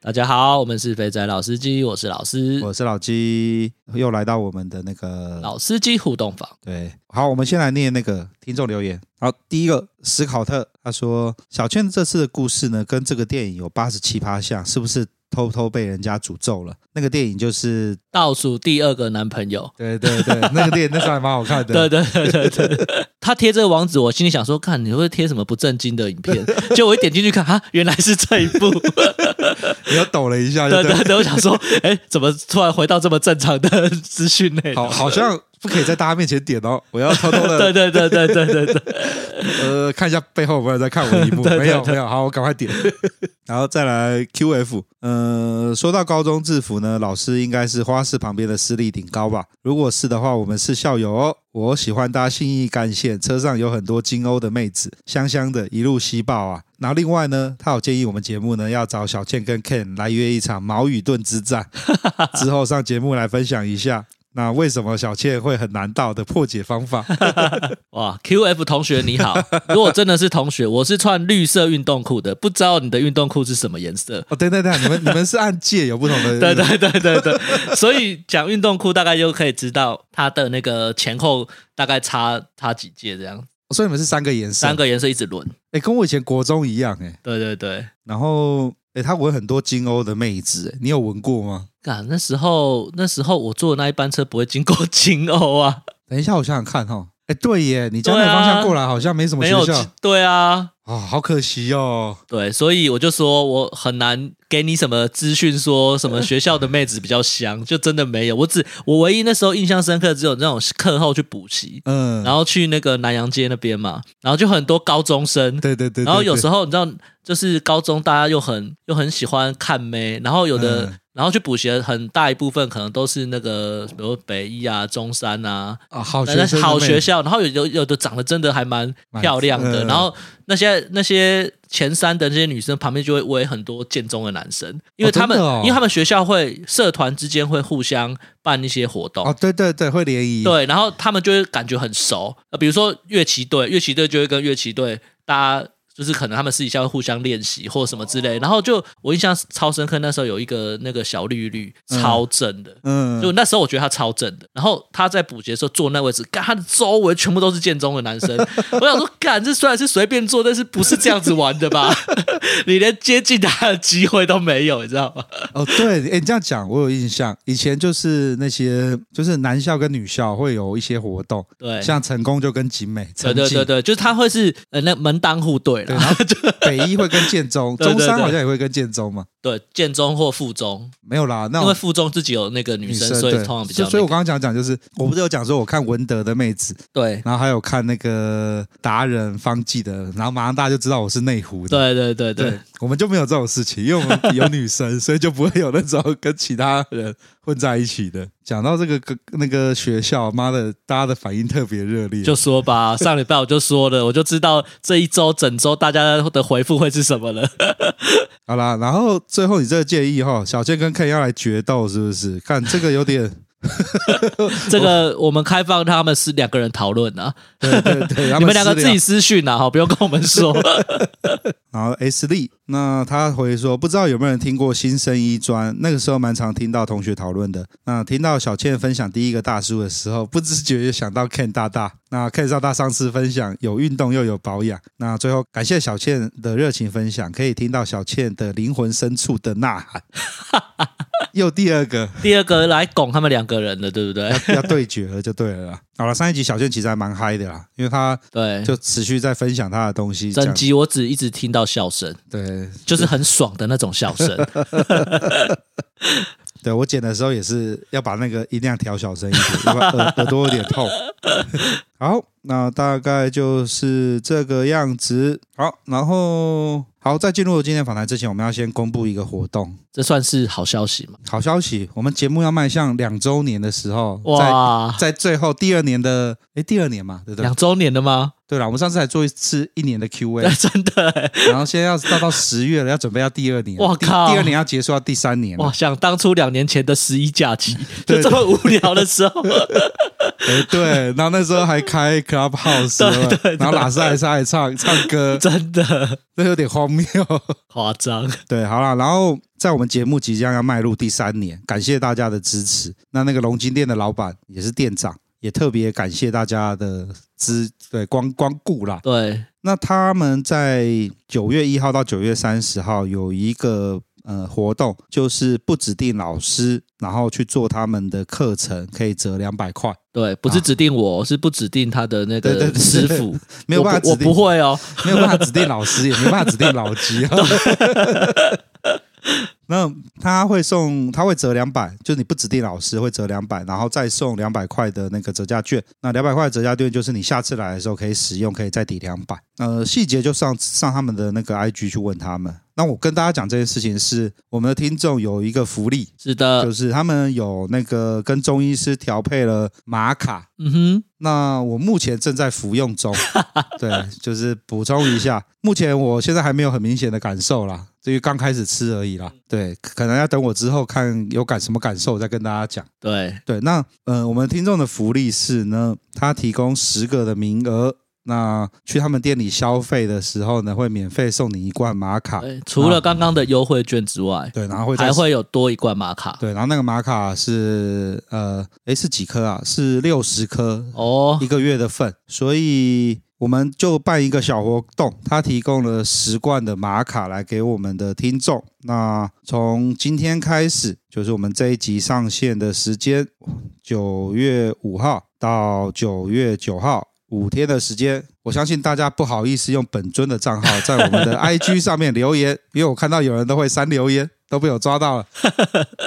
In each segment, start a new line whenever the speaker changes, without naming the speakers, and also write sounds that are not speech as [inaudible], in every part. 大家好，我们是肥仔老司机，我是老司
我是老鸡，又来到我们的那个
老司机互动房。
对，好，我们先来念那个听众留言。好，第一个史考特他说，小倩这次的故事呢，跟这个电影有八十七趴像，是不是偷偷被人家诅咒了？那个电影就是，
倒数第二个男朋友。
对对对， [laughs] 那个电影那时候还蛮好看的。
对对对对对，他贴这个网址，我心里想说，看你会不会贴什么不正经的影片？ [laughs] 结果我一点进去看，啊，原来是这一部。
你又抖了一下，就
对
对
对对，我想说， [laughs] 哎、怎么突然回到这么正常的 [laughs] 资讯内
好，
[laughs] 容？
好像不可以在大家面前点哦，我要偷偷的
对对对对对对对，
呃，看一下背后有没有人在看我的荧幕？没有，没有。好，我赶快点，然后再来 QF。呃，说到高中制服呢，老师应该是花市旁边的私立顶高吧？如果是的话，我们是校友哦。我喜欢搭信义干线，车上有很多金欧的妹子，香香的，一路吸爆啊。然后另外呢，他有建议我们节目呢要找小倩跟 Ken 来约一场毛与盾之战，之后上节目来分享一下。那为什么小倩会很难到的破解方法？
哇！QF 同学你好，如果真的是同学，我是穿绿色运动裤的，不知道你的运动裤是什么颜色。
哦，对对对，你们你们是按届有不同的
[laughs] 对对对对对，所以讲运动裤大概就可以知道它的那个前后大概差差几届这样，
所以你们是啊三个颜色，
三个颜色一直轮。
哎、跟我以前国中一样哎、
对对对，
然后哎、他闻很多金欧的妹子、哎你有闻过吗？
啊，那时候那时候我坐的那一班车不会经过 [laughs] 金欧啊，
等一下，我想想看哈。哎、对耶，你家那
对
个
啊
方向过来好像没什么
没
学
有
校
经对啊，
哦，好可惜哦。
对，所以我就说我很难给你什么资讯，说什么学校的妹子比
[laughs]
较香，就真的没有。我只我唯一那时候印象深刻，只有那种课后去补习，
嗯，
然后去那个南洋街那边嘛，然后就很多高中生，
对对对对
然后有时
候
候你知道，就是高中大家又很又很喜欢看妹，然后有的、
嗯
然后去补习的很大一部分可能都是那个比如北一啊、中山啊，
啊，好学
那
生的
好
妹
学校，然后有有有的长得真的还蛮
蛮
漂亮的，
嗯
然后那些那些前三的那些女生旁边就会围很多建中的男生，因为他们、
真的哦
因为他们学校会社团之间会互相办一些活动。
哦，对对对，会联谊，
对，然后他们就会感觉很熟，呃，比如说乐器队，乐器队就会跟乐器队大家。就是可能他们私底下会互相练习或什么之类，然后就我印象超深刻，那时候有一个那个小绿绿超正的，
嗯，
就那时候我觉得他超正的，然后他在补习的时候坐那位置，干他的周围全部都是建中的男生， [laughs] 我想说，干这虽然是随便坐，但是不是这样子玩的吧？ [laughs] 你连接近他的机会都没有，你知道吗？
哦，对，哎、你这样讲我有印象。以前就是那些，就是男校跟女校会有一些活动，
对，
像成功就跟景美，
对
成
对
绩
对对，就是他会是呃那门当户对
对，
啦，
然后
[laughs]
北一会跟建中，
对对
中
对
山好像也会跟建中嘛，
对建中或附中，
没有啦，那
因
种
为附中自己有那个女生，
生
所以
对
通常比较那个、
所以我刚刚讲讲就是，我不是有讲说我看文德的妹子，
对
然后还有看那个达人方记的，然后马上大家就知道我是内湖的。
对对对对
对，我们就没有这种事情，因为我们有女
[laughs]
生，所以就不会有那种跟其他人混在一起的。讲到这个跟那个学校，妈的，大家的反应特别热烈。
就说吧，上礼拜我就说了，我就知道这一周整周大家的回复会是什么了。
好啦，然后最后你这个建议哈，小健跟 K 要来决斗是不是？看这个有点，
[laughs] 这个我们开放他们是两个人讨论啊，
对对
[laughs]
对， [laughs] 他
你们两个
私
自
聊
己私讯啊，哈，不用跟我们
[laughs]
说。
然后 S 力，那他回说不知道有没有人听过新生医专，那个时候蛮常听到同学讨论的。那听到小倩分享第一个大叔的时候，不知觉就想到 Ken 大大。那 Ken 大大上次分享有运动又有保养，那最后感谢小倩的热情分享，可以听到小倩的灵魂深处的呐
[laughs]
喊。又第二个，
第二个来拱他们两个人了，对不
[laughs]
对？
要对决了就对了啦。好了，上一集小倩其实还蛮嗨的啦，因为她
对，
就持续在分享她的东西，这
整
样
集我只一直听到笑声，
对 [laughs]
就是很爽的那种笑声。
对我剪的时候也是要把那个音量调小声一点，要不然耳 [laughs] 耳朵有点痛。好，那大概就是这个样子。好，然后好，在进入今天访谈之前，我们要先公布一个活动。
这算是好消息嘛？
好消息，我们节目要迈向两周年的时候，在
哇，
在最后第二年的哎第二年嘛，对不对
两？周年了
[laughs]
吗？
对了，我们上次还做一次一年的
[laughs]
Q&A，
真的欸、
然后现在要到到十月了，要准备要第二年，
哇
第
靠
第二年要结束到第三年了，
哇！想当初两年前的十一假期，
[laughs]
就
对
这么无聊的时
[laughs]
候，
哎对，然后那时候还开 Clubhouse，对
对对
然后拉斯还是还唱唱歌，
真的
这有点荒谬。
夸张。
对，好啦，然后在我们节目即将要迈入第三年，感谢大家的支持。那那个龙金店的老板也是店长，也特别感谢大家的支对光光顾啦。
对，
那他们在九月一号到九月三十号有一个呃活动，就是不指定老师，然后去做他们的课程，可以折两百块，
对，不是
啊
指定我，是不指定他的那
对对
个
对
师傅，
没有办法
我
指
不，
定，
我不会哦。
没有办法指定老师，也没有办法指定老鸡啊。那他会送，他会折两百，就是你不指定老师会折两百，然后再送两百块的那个折价券。那两百块的折价券就是你下次来的时候可以使用，可以再抵两百。呃，细节就上上他们的那个 IG 去问他们。那我跟大家讲这件事情是，我们的听众有一个福利，
是的
就，是他们有那个跟中医师调配了玛卡，
嗯
那我目前正在服用
[laughs]
中，对，就是补充一下，目前我现在还没有很明显的感受啦，至于刚开始吃而已啦，对，可能要等我之后看有感什么感受再跟大家讲。
哼，对，
对，那呃，我们听众的福利是呢，他提供十个的名额，那去他们店里消费的时候呢，会免费送你一罐玛卡，
对除了刚刚的优惠券之外，
对，然后会再
还会有多一罐玛卡
对，然后那个玛卡是呃，诶是几颗啊？是六十颗
哦
一。个月的份，所以我们就办一个小活动，他提供了十罐的玛卡来给我们的听众。那从今天开始，就是我们这一集上线的时间，九月五号到九月九号。五天的时间，我相信大家不好意思用本尊的账号在我
[laughs]
们的 IG 上面留言，因为我看到有人都会删留言，都被我抓到了。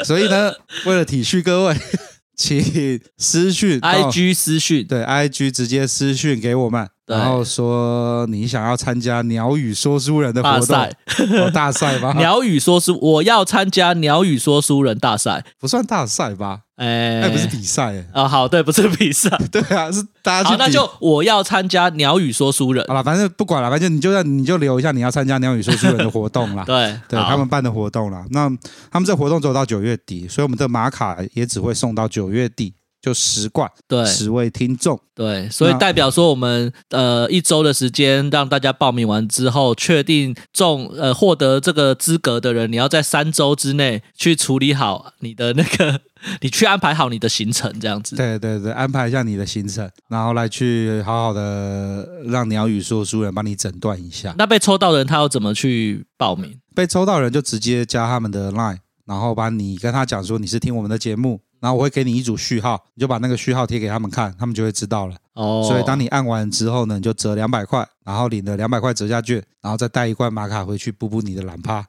所以呢，为了体恤各位， [laughs] 请私讯到
I G 私讯，
对，IG 直接私讯给我们，
对
然后说你想要参加鸟语说书人的活
大
动
赛，
哦大赛吗？
[laughs] 鸟语说书，我要参加鸟语说书人大赛。
不算大赛吧？
哎、
那不是比赛耶，
啊、好，对，不是比赛。
对啊，是大家去
好，
比。啊
那就我要参加鸟语说书人。。
好了，反正不管了，反正你就让你就留一下你要参加鸟语说书人的活动啦
对，
对
好
他们办的活动啦，那他们这活动只有到九月底，所以我们的玛卡也只会送到九月底，就十罐，
对
十位听众。
对，所以
那
代表说我们呃一周的时间让大家报名完之后，确定中呃获得这个资格的人，你要在三周之内去处理好你的那个， [laughs] 你去安排好你的行程，这样子。
对对对，安排一下你的行程，然后来去好好的让鸟语说书人帮你诊断一下。
那被抽到的人，他要怎么去报名？
被抽到的人就直接加他们的 line，然后把你跟他讲说你是听我们的节目，然后我会给你一组序号，你就把那个序号贴给他们看，他们就会知道了。
哦，
所以当你按完之后呢，你就折两百块，然后领了两百块折价券，然后再带一罐玛卡回去补补你的懒
[laughs]
趴。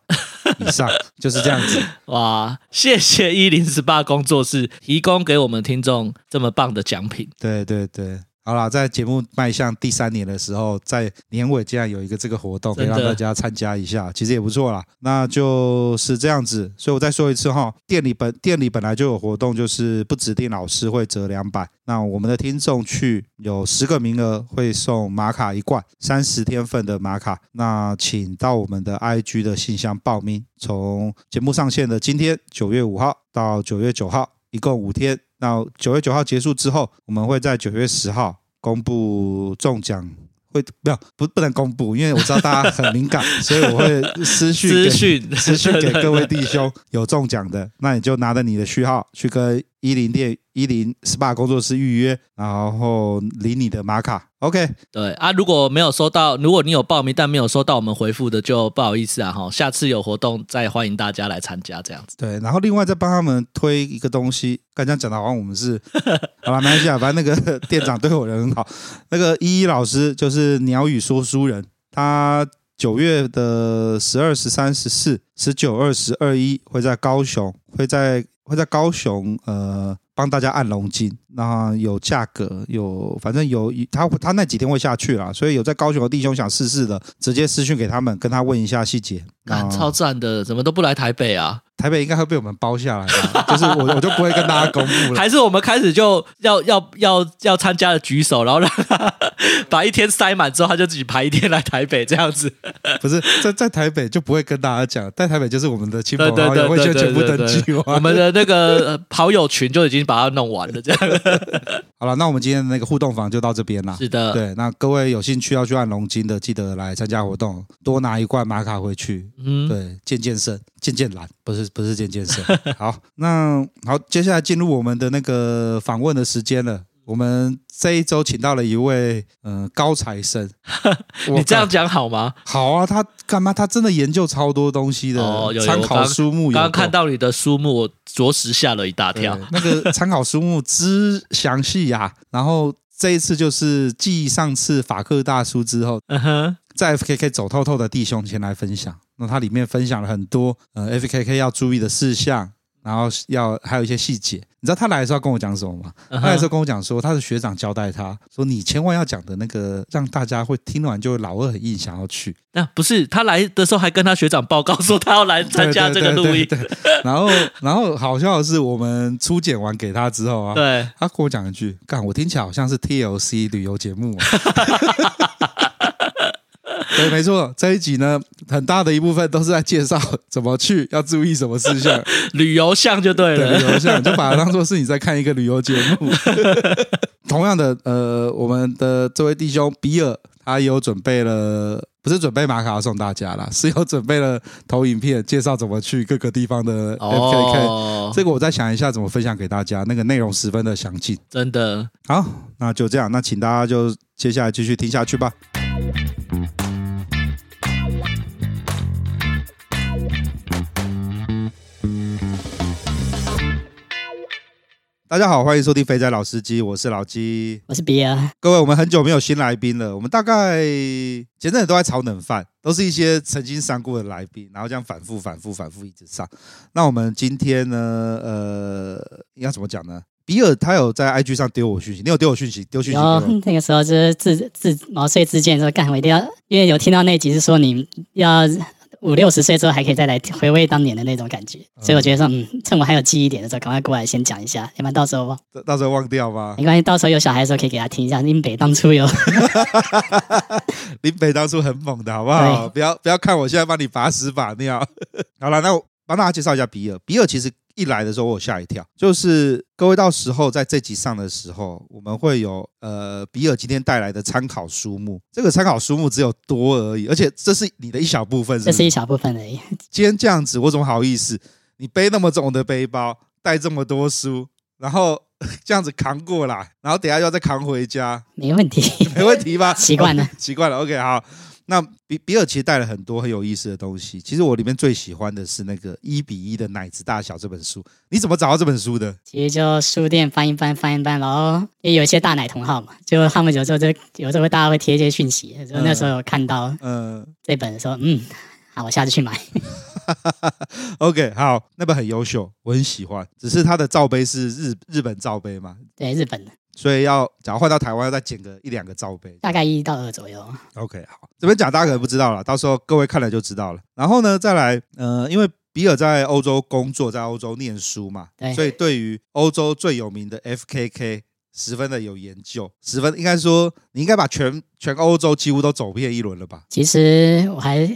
以上就是这样子，
哇，谢谢一零十八工作室提供给我们听众这么棒的奖品。
对对对。好啦，在节目迈向第三年的时候，在年尾竟然有一个这个活动，可以让
真的
大家参加一下，其实也不错啦。那就是这样子，所以我再说一次哈，店里本店里本来就有活动，就是不指定老师会折两百，那我们的听众去有十个名额会送玛卡一罐，三十天份的玛卡。那请到我们的 IG 的信箱报名，从节目上线的今天九月五号到九月九号，一共五天。那九月九号结束之后，我们会在九月十号公布中奖。会不要不不能公布，因为我知道大家很敏感，所以我会私讯给
资讯，
私讯给各位
[laughs] 对对对
弟兄，有中奖的，那你就拿着你的序号去跟一零店一零 SPA 工作室预约，然后领你的玛卡。OK，
对啊，如果没有收到，如果你有报名但没有收到我们回复的，就不好意思啊哈，下次有活动再欢迎大家来参加这样子。
对，然后另外再帮他们推一个东西，刚才讲的好像我们是，好了，没关系啊，反正那个店长对我人很好，那个依依老师就是鸟语说书人，他九月的十二、十三、十四、十九、二十、二一会在高雄，会在。会在高雄呃帮大家按龙筋，那有价格有，反正有他他那几天会下去啦，所以有在高雄的弟兄想试试的，直接私讯给他们，跟他问一下细节。
干
那
超赞的，怎么都不来台北啊？
台北应该会被我们包下来啦， [laughs] 就是我我就不会跟大家公布了。
还是我们开始就要要要要参加的举手，然后让
[laughs]
他把一天塞满之后，他就自己排一天来台北这
[laughs]
样子。
不是在在台北就不会跟大家讲，在台北就是我们的亲
对
朋
对
好
对
啊友会
对
先
对
全部
对
登记
对，我们的那个呃好友群就已经把它弄完了，这样
[laughs] [laughs] 好了，那我们今天的那个互动房就到这边啦。
是的。
对，那各位有兴趣要去按龙筋的，记得来参加活动，多拿一罐玛卡回去。
嗯，
对，健健身，健健懒，不是不是健健身。 [laughs] 好，那好，接下来进入我们的那个访问的时间了。我们这一周请到了一位嗯、呃高材
[laughs]
生，我
你这样
靠
讲好吗？
好啊，他干嘛？他真的研究超多东西的，
哦有有
参考书目有
刚刚看
够
到你的书目，我着实吓了一大
对
跳。
那个参考书目之详细呀。 [laughs] 然后这一次就是继上次法克大叔之后，
嗯哼，
在 FKK 走透透的弟兄前来分享。那它里面分享了很多呃 FKK 要注意的事项，然后要还有一些细节。你知道他来的时候跟我讲什么吗？
嗯
他来的时
哼
候跟我讲说，他的学长交代他说，你千万要讲的那个，让大家会听完就老二很硬想要去
那不是他来的时候还跟他学长报告说他要来 [laughs] 参加这个录
[laughs] 对
音，
对对对然后然后好笑的是，我们初剪完给他之后啊，
对，
他跟我讲一句，干，我听起来好像是 TLC 旅游节目、啊。 [laughs] 对，没错，这一集呢，很大的一部分都是在介绍怎么去，要注意什么事项。
旅游项就对
对，
了。
旅游项就把它当做是你在看一个旅游节目。 [laughs] 同样的，呃，我们的这位弟兄比尔，他有准备了，不是准备玛卡送大家啦，是有准备了投影片，介绍怎么去各个地方的 FKK。
哦，
这个我再想一下怎么分享给大家，那个内容十分的详尽。
真的，
好，那就这样，那请大家就接下来继续听下去吧。大家好，欢迎收听《肥仔老司机》，我是老鸡。
我是比尔，
各位，我们很久没有新来宾了，我们大概前阵子都在炒冷饭，都是一些曾经上过的来宾，然后这样反复、反复、反复一直上。那我们今天呢，呃，要怎么讲呢？比尔他有在 IG 上丢我讯息，你有丢我讯息，丢讯息
然
给
后
我。
那个时候就是自自毛遂自荐说，干我一定要，因为有听到那集是说你要五六十岁之后还可以再来回味当年的那种感觉，所以我觉得说，嗯，趁我还有记忆点的时候，赶快过来先讲一下，要不然到时候
到到时候忘掉吗？
没关系，到时候有小孩的时候可以给他听一下，因北当初有，
林北当初很猛的，好不好？不要不要看我现在帮你把屎把尿。 [laughs] 好了，那我帮大家介绍一下比尔。比尔其实一来的时候我有吓一跳，就是各位到时候在这集上的时候，我们会有呃比尔今天带来的参考书目。这个参考书目只有多而已，而且这是你的一小部分是
这
不
是
是
一。小部分而已。
今天这样子，我怎么好意思？你背那么重的背包，带这么多书，然后 [laughs] 这样子扛过来，然后等一下又要再扛回家，
没问题，
[laughs] 没问题吧？
[laughs] 习惯了
[laughs] 习惯了。OK，好。那比比尔其实带了很多很有意思的东西。其实我里面最喜欢的是那个一比一的奶子大小这本书。你怎么找到这本书的？
其实就书店翻一翻，翻一翻，然后也有一些大奶同号嘛，就他们有时候就有时候大家会贴一些讯息，就那时候有看到
[laughs] 嗯、
这本的时候，嗯，好，我下次去买。
o k 好，那本很优秀，我很喜欢。只是它的罩杯是日日本罩杯嘛，
对，日本的，
所以要假如换到台湾，要再剪个一两个罩杯。
大概一到二左右。
OK，好，这边讲大家可能不知道了，到时候各位看了就知道了。然后呢，再来，呃，因为比尔在欧洲工作，在欧洲念书嘛，
对
所以对于欧洲最有名的 FKK 十分的有研究，十分应该说，你应该把全全欧洲几乎都走遍一轮了吧？
其实我还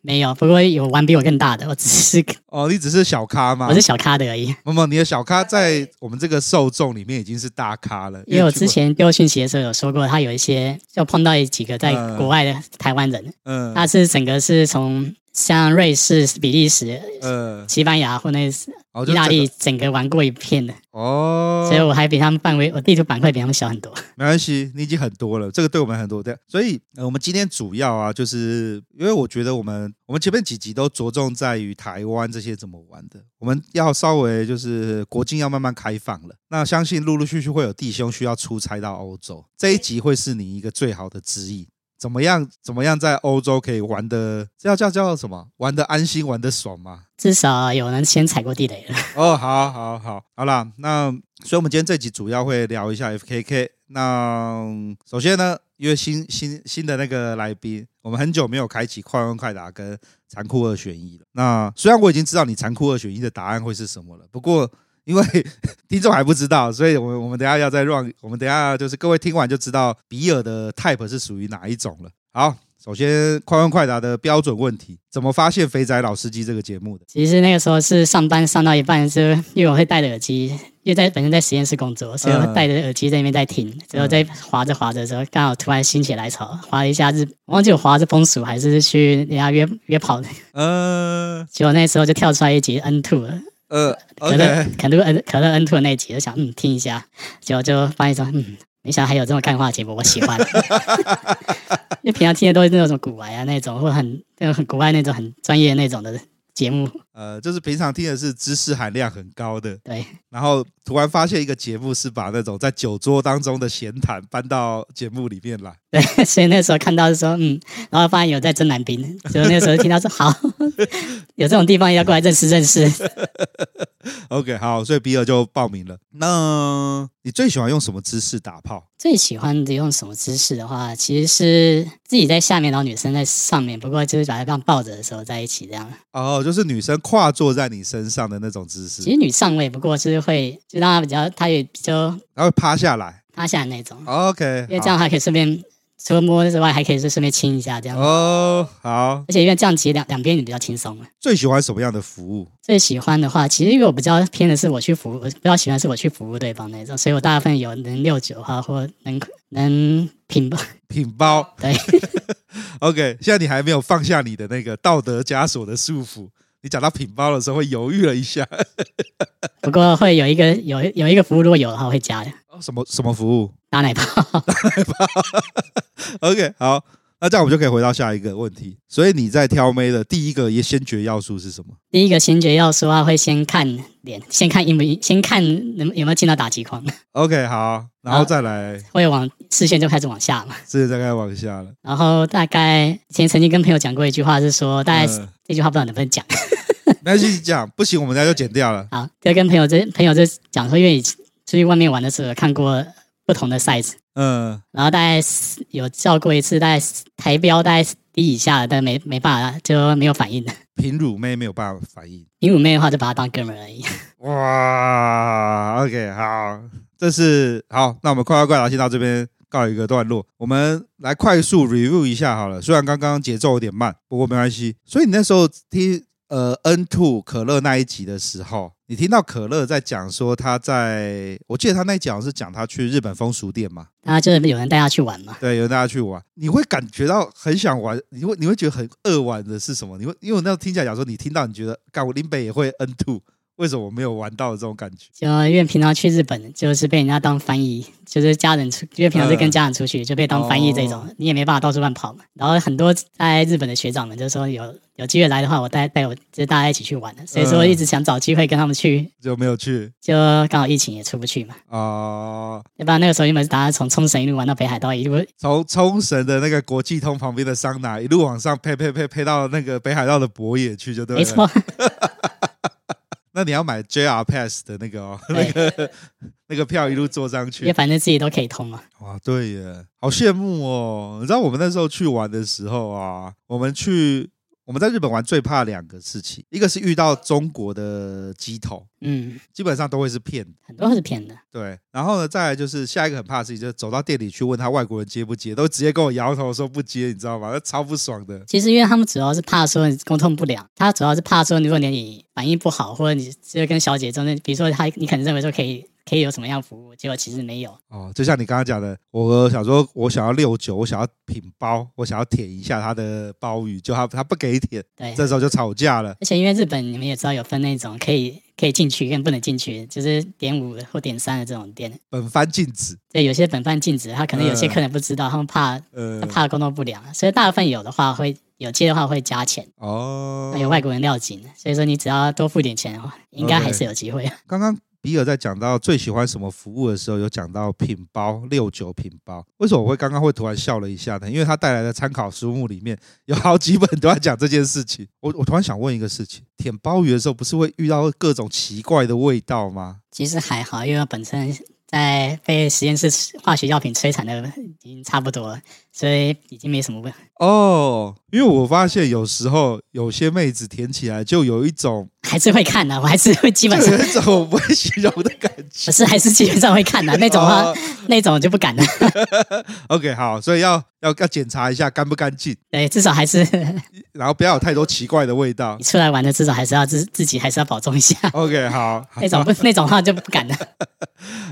没有，不过有玩比我更大的，我只是
哦，你只是小咖嘛
[laughs] 我是，小咖的而已。
那么你的小咖在我们这个受众里面已经是大咖了，
因为我
去过
之前丢讯息的时候有说过，他有一些就碰到几个在
嗯
国外的台湾人，
嗯
他是整个是从像瑞士、比利时、
呃，
西班牙或那是
哦，就
意大
整个
利整个玩过一遍的，
哦，
所以我还比他们范围，我地图板块比他们小很多。
没关系，你已经很多了，这个对我们很多的。所以，呃，我们今天主要啊，就是因为我觉得我们我们前面几集都着重在于台湾这些怎么玩的，我们要稍微就是国境要慢慢开放了。那相信陆陆续续会有弟兄需要出差到欧洲，这一集会是你一个最好的指引。怎么样怎么样在欧洲可以玩的，叫叫叫什么？玩的安心，玩的爽嘛。
至少有人先踩过地雷了。
[laughs] 哦，好好好，好啦，那所以我们今天这集主要会聊一下 FKK。那嗯首先呢，因为新新新的那个来宾，我们很久没有开启快问快答跟残酷二选一了。那虽然我已经知道你残酷二选一的答案会是什么了，不过因为 [laughs] 听众还不知道，所以我们我们等一下要再 run，我们等一下就是各位听完就知道比尔的 type 是属于哪一种了。好，首先快问快答的标准问题，怎么发现肥仔老司机这个节目的？
其实那个时候是上班上到一半，是因为我会戴着耳机，因为在本身在实验室工作，所以我会戴着耳机在那边在听。之后在滑着滑着的时候，刚好突然心血来潮，滑了一下日，我忘记我滑的是风俗还是去人家约约跑的，
呃
结果那时候就跳出来一集 N Two 了，
呃
可乐
，OK，
可乐 N 可乐 N Two 的那一集，就想嗯听一下，结果就发现说嗯。没想到还有这种干话节目，我喜欢。 [laughs] 因为平常听的都是那种古玩啊，那种或很那种很国外那种很专业的那种的节目，
呃，就是平常听的是知识含量很高的，
对。
然后突然发现一个节目是把那种在酒桌当中的闲谈搬到节目里面来，
对， [laughs] 所以那时候看到是说，嗯，然后发现有在征南兵，所以那时候就听到说，好， [laughs] 有这种地方要过来认识认识。
OK，好，所以比尔就报名了。那你最喜欢用什么姿势打炮？
最喜欢的用什么姿势的话，其实是自己在下面，然后女生在上面，不过就是把她这样抱着的时候在一起这样。
哦，就是女生跨坐在你身上的那种姿
其
势，
实女上位，不过就是会就让她比较，她也比较
然后趴下来。
趴下那种，
啊 OK，
因为这样还可以顺便除了摸之外，还可以是顺便亲一下这样。
好哦，好，
而且因为这样其实两两边也比较轻松了。啊
最喜欢什么样的服务？
最喜欢的话，其实因为我比较偏的是我去服务，我比较喜欢是我去服务对方那种，所以我大部分有能六九哈或能能品吧，
品包。
对 [laughs]
OK，现在你还没有放下你的那个道德枷锁的束缚，你讲到品包的时候会犹豫了一下。
不过会有一个有有一个服务，如果有的话我会加的，
哦什么什么服务
打奶泡。 [laughs]
？OK，好，那这样我们就可以回到下一个问题。所以你在挑妹的第一个也先决要素是什么？
第一个先决要素的话，会先看脸，先看硬不硬，先看能有没有进到打击框，
OK，好，然后再来，
会往视线就开始往下嘛。
这大概往下了。
然后大概以前曾经跟朋友讲过一句话是说，大概、
嗯
这句话不知道能不能讲。
那继续讲，不行，我们家就剪掉了。
好，就跟朋友这朋友就讲说，因为以前出去外面玩的时候有看过不同的 size。
嗯，
然后大概是有叫过一次，大概是台标大概是低以下的，但没没办法，就没有反应的。
平乳妹没有办法反应。
零五妹的话，就把她当哥们儿而已。 [laughs]
哇，OK，好，这是好，那我们快快快答先到这边告一个段落，我们来快速 review 一下好了。虽然刚刚节奏有点慢，不过没关系。所以你那时候听呃 N Two 可乐那一集的时候，你听到可乐在讲说他在，我记得他那一集好像是讲他去日本风俗店嘛，
然后就是有人带她去玩嘛，
对，有大家去玩，你会感觉到很想玩，你会你会觉得很扼玩的是什么？你会因为我那时候听起来讲说，你听到你觉得，干我林北也会 N Two，为什么我没有玩到的这种感觉？
就因为平常去日本就是被人家当翻译，就是家人出，因为平常是跟家人出去就被当翻译这种，你也没办法到处乱跑嘛。然后很多在日本的学长们就说有有机会来的话，我带带我就是大家一起去玩的，所以说一直想找机会跟他们去，
就没有去
就刚好疫情也出不去嘛。
啊、
要不然那个时候原本是打算从冲绳一路玩到北海道，一路
从冲绳的那个国际通旁边的桑拿一路往上配配配配到那个北海道的博野去，就对了。
没错，
那你要买 JR Pass 的那个哦，那个那个票一路坐上
因为
去。
反正自己都可以通啊嘛。
哇，对耶，好羡慕哦！你知道我们那时候去玩的时候啊，我们去我们在日本玩最怕两个事情，一个是遇到中国的鸡头，
嗯，
基本上都会是骗的。
很多都是骗的。
对，然后呢，再来就是下一个很怕的事情，就是走到店里去问他外国人接不接，都直接跟我摇头说不接，你知道吗？那超不爽的。
其实因为他们主要是怕说你沟通不良，他主要是怕说，如果你反应不好，或者你就跟小姐中间，比如说他，你可能认为说可以可以有什么样服务，结果其实没有。
哦，就像你刚刚讲的，我呃想说，我想要六九，我想要品包，我想要舔一下他的鲍鱼，就他他不给舔，
对，
这时候就吵架了。
而且因为日本你们也知道有分那种可以可以进去跟不能进去，就是点五或点三的这种店。
本番禁止，
对，有些本番禁止，他可能有些
嗯
客人不知道，他们怕
呃
他，怕沟通不良，啊所以大部分有的话会有接的话会加钱，
哦
哎那，有外国人料金，所以说你只要多付点钱的话，应该还是有机会。
刚刚比尔在讲到最喜欢什么服务的时候，有讲到品包六九品包。为什么我会刚刚会突然笑了一下呢？因为他带来的参考书目里面有好几本都在讲这件事情。我 [laughs] 我突然想问一个事情：舔鲍鱼的时候，不是会遇到各种奇怪的味道吗？
其实还好，因为我本身在被实验室化学药品摧残的已经差不多了，所以已经没什么问。
哦，因为我发现有时候有些妹子舔起来就有一种 [laughs]
还是会看的、我还是会基
就
本上
[laughs] 有一种我不会形容的感觉
[laughs] 可。是还是基本上会看的、那种话
哦，
那种就不敢了。
OK，好，所以要要要检查一下干不干净，
对，至少还是 [laughs]
然后不要有太多奇怪的味道
你。出来玩的，至少还是要自自己还是要保重一下。
[laughs] OK，好，
那种不那种话就不敢了。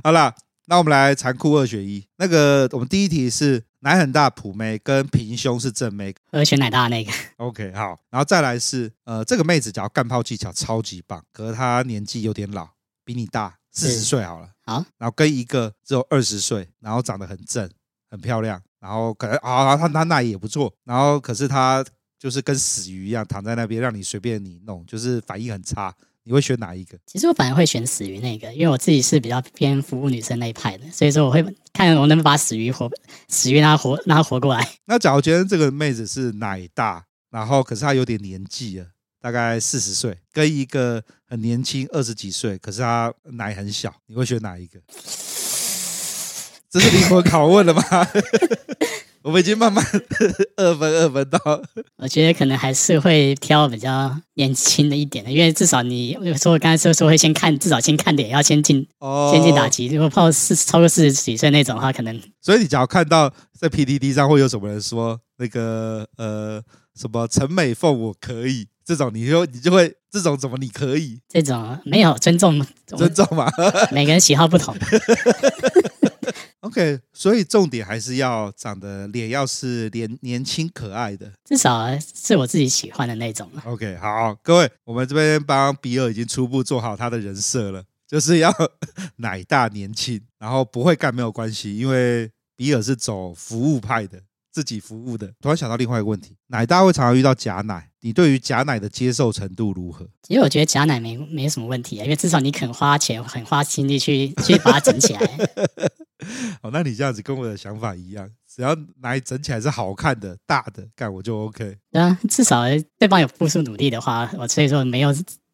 好啦，那我们来残酷二选一。那个，我们第一题是奶很大普妹跟平胸是正妹。
我会选奶大的那个，
OK，好，然后再来是呃，这个妹子只要干炮技巧超级棒，可是她年纪有点老，比你大四十
嗯
岁好了。
好，
然后跟一个只有二十岁，然后长得很正、很漂亮，然后可能啊，她她那也不错，然后可是她就是跟死鱼一样躺在那边，让你随便你弄，就是反应很差。你会选哪一个？
其实我反而会选死鱼那个，因为我自己是比较偏服务女生那一派的，所以说我会看我能不能把死鱼活死鱼让它活让它活过来。
那假如今天这个妹子是奶大，然后可是她有点年纪了，大概四十岁，跟一个很年轻二十几岁，可是她奶很小，你会选哪一个？ [laughs] 这是灵魂拷问了吗？ [laughs] 我们已经慢 [laughs] 慢二分二分到，
我觉得可能还是会挑比较年轻的一点的，因为至少你我说我刚才说说会先看，至少先看脸，要先进
哦
先进打击。如果泡四超过四十几岁那种的话，可能
所以你只要看到在 PDD 上会有什么人说那个呃什么陈美凤我可以这种，你就你就会这种怎么你可以
这种没有尊重，
尊重嘛
每个人喜好不同。
？OK，所以重点还是要长得脸要是年年轻可爱的。
至少是我自己喜欢的那种了。
OK，好，各位，我们这边帮比尔已经初步做好他的人设了，就是要 [laughs] 奶大年轻，然后不会干没有关系，因为比尔是走服务派的，自己服务的。突然想到另外一个问题，奶大会常常遇到假奶，你对于假奶的接受程度如何？ [laughs]
其实我觉得假奶没没什么问题啊，因为至少你肯花钱、很花心力去去把它整起来。
哦，那你这样子跟我的想法一样，只要奶整起来是好看的、大的，干我就 OK。
对啊，至少对方有付出努力的话，我所以说没有，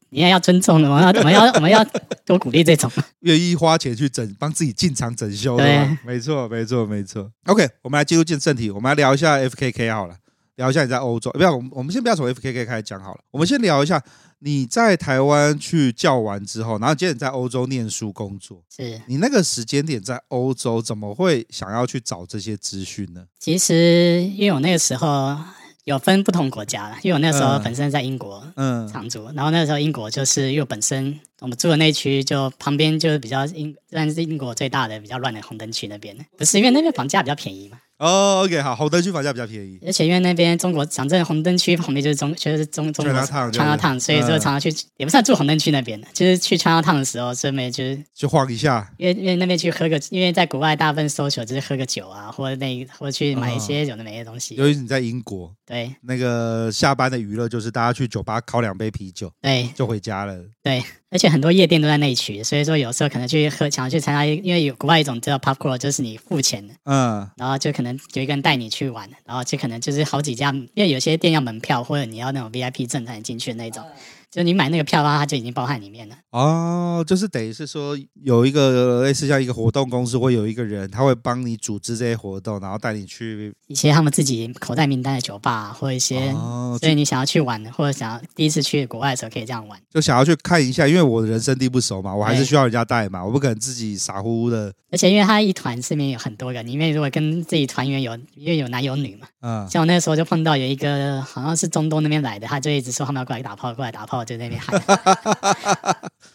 你也要尊重的，我们要我们要我们要多鼓励这种。
愿意花钱去整，帮自己进场整修的
对
吗？没错，没错，没错。OK，我们来进入进正题，我们来聊一下 FKK 好了，聊一下你在欧洲，不要，我们我们先不要从 FKK 开始讲好了，我们先聊一下你在台湾去教完之后，然后接着你在欧洲念书工作，
是，
你那个时间点在欧洲怎么会想要去找这些资讯呢？
其实因为我那个时候有分不同国家了，因为我那时候
嗯
本身在英国
嗯，
常住，然后那时候英国就是因为我本身我们住的那区就旁边就是比较英，算是英国最大的比较乱的红灯区那边，不是因为那边房价比较便宜嘛。
哦，OK，好，红灯区房价比较便宜，
而且因为那边中国长镇红灯区旁边就是中，就是中中国
Chinatown 就是嗯
川烫，所以就常常去，也不算住红灯区那边的，就是去川烫的时候，顺便就是
去晃一下，
因为因为那边去喝个，因为在国外大部分 social 就是喝个酒啊，或者那或者去
嗯
买一些有的没的东西。
由于你在英国，
对
那个下班的娱乐就是大家去酒吧烤两杯啤酒
对
就回家了。
对，而且很多夜店都在那一区，所以说有时候可能去喝，想要去参加一，因为有国外一种叫 pub crawl，就是你付钱的，
嗯，
然后就可能有一个人带你去玩，然后就可能就是好几家，因为有些店要门票或者你要那种 VIP 证才能进去的那种，就你买那个票啊，它就已经包含里面了。
哦，就是等于是说有一个类似像一个活动公司，会有一个人，他会帮你组织这些活动，然后带你去
一些他们自己口袋名单的酒吧、啊，或一些，
哦，
所以你想要去玩的，或者想要第一次去国外的时候可以这样玩。
就想要去看一下，因为我的人生地不熟嘛，我还是
对
需要人家带嘛，我不可能自己傻乎乎的，
而且因为他一团里面有很多个，里面如果跟自己团员有，因为有男有女嘛，
嗯，
像我那时候就碰到有一个好像是中东那边来的，他就一直说他们要过来打炮，过来打炮，就在那边喊， [laughs]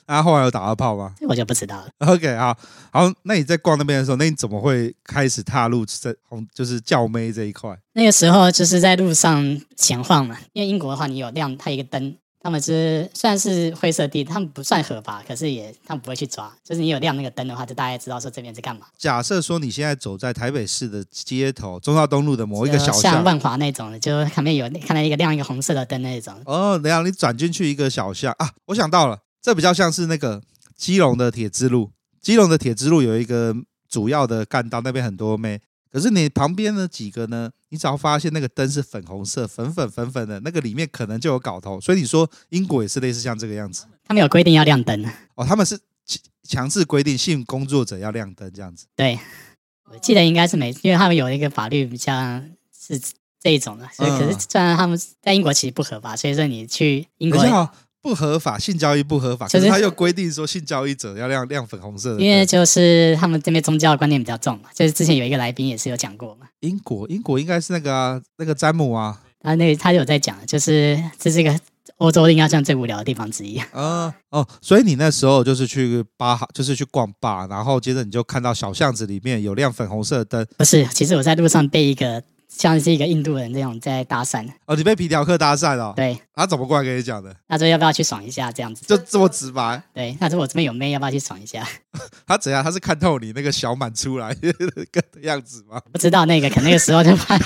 啊，后来有打到炮吗
这我就不知道了。
？OK，好，好，那你在逛那边的时候，那你怎么会开始踏入这红就是叫妹这一块？
那个时候就是在路上闲晃嘛，因为英国的话，你有亮它一个灯，他们是算是灰色地，他们不算合法，可是也他们不会去抓，就是你有亮那个灯的话，就大概知道说这边是干嘛。
假设说你现在走在台北市的街头，中山东路的某一个小
就
巷
像，万华那种的，就旁边有看到一个亮一个红色的灯那种，
哦，然后你转进去一个小巷啊，我想到了，这比较像是那个基隆的铁之路，基隆的铁之路有一个主要的干道，那边很多妹。可是你旁边的几个呢？你只要发现那个灯是粉红色、粉粉粉粉的，那个里面可能就有搞头。所以你说英国也是类似像这个样子
他们有规定要亮灯，啊
哦，他们是强强制规定性工作者要亮灯这样子。
对，我记得应该是每，因为他们有一个法律比较是这一种的，所以可
嗯
是虽然他们在英国其实不合法，所以说你去英
等
国
一，下、哦，不合法，性交易不合法，可
就是
是他又规定说性交易者要亮亮粉红色的灯。
因为就是他们这边宗教观念比较重嘛，就是之前有一个来宾也是有讲过嘛，
英国，英国应该是那个啊，那个詹姆啊，
然后那个他有在讲，就是这是一个欧洲应该算最无聊的地方之一。
啊、哦，所以你那时候就是去巴哈，就是去逛吧，然后接着你就看到小巷子里面有亮粉红色的灯，
[laughs] 不是，其实我在路上被一个像是一个印度人这种在搭讪，
哦，你被皮条客搭讪了、哦，
对，
他怎么过来跟你讲的？
他说要不要去爽一下这样子，
就这么直白？
对，他说我这边有妹，要不要去爽一下？
他怎样？他是看透你那个小满出来的样子吗？ [laughs]
不知道那个，可能那个时候就怕，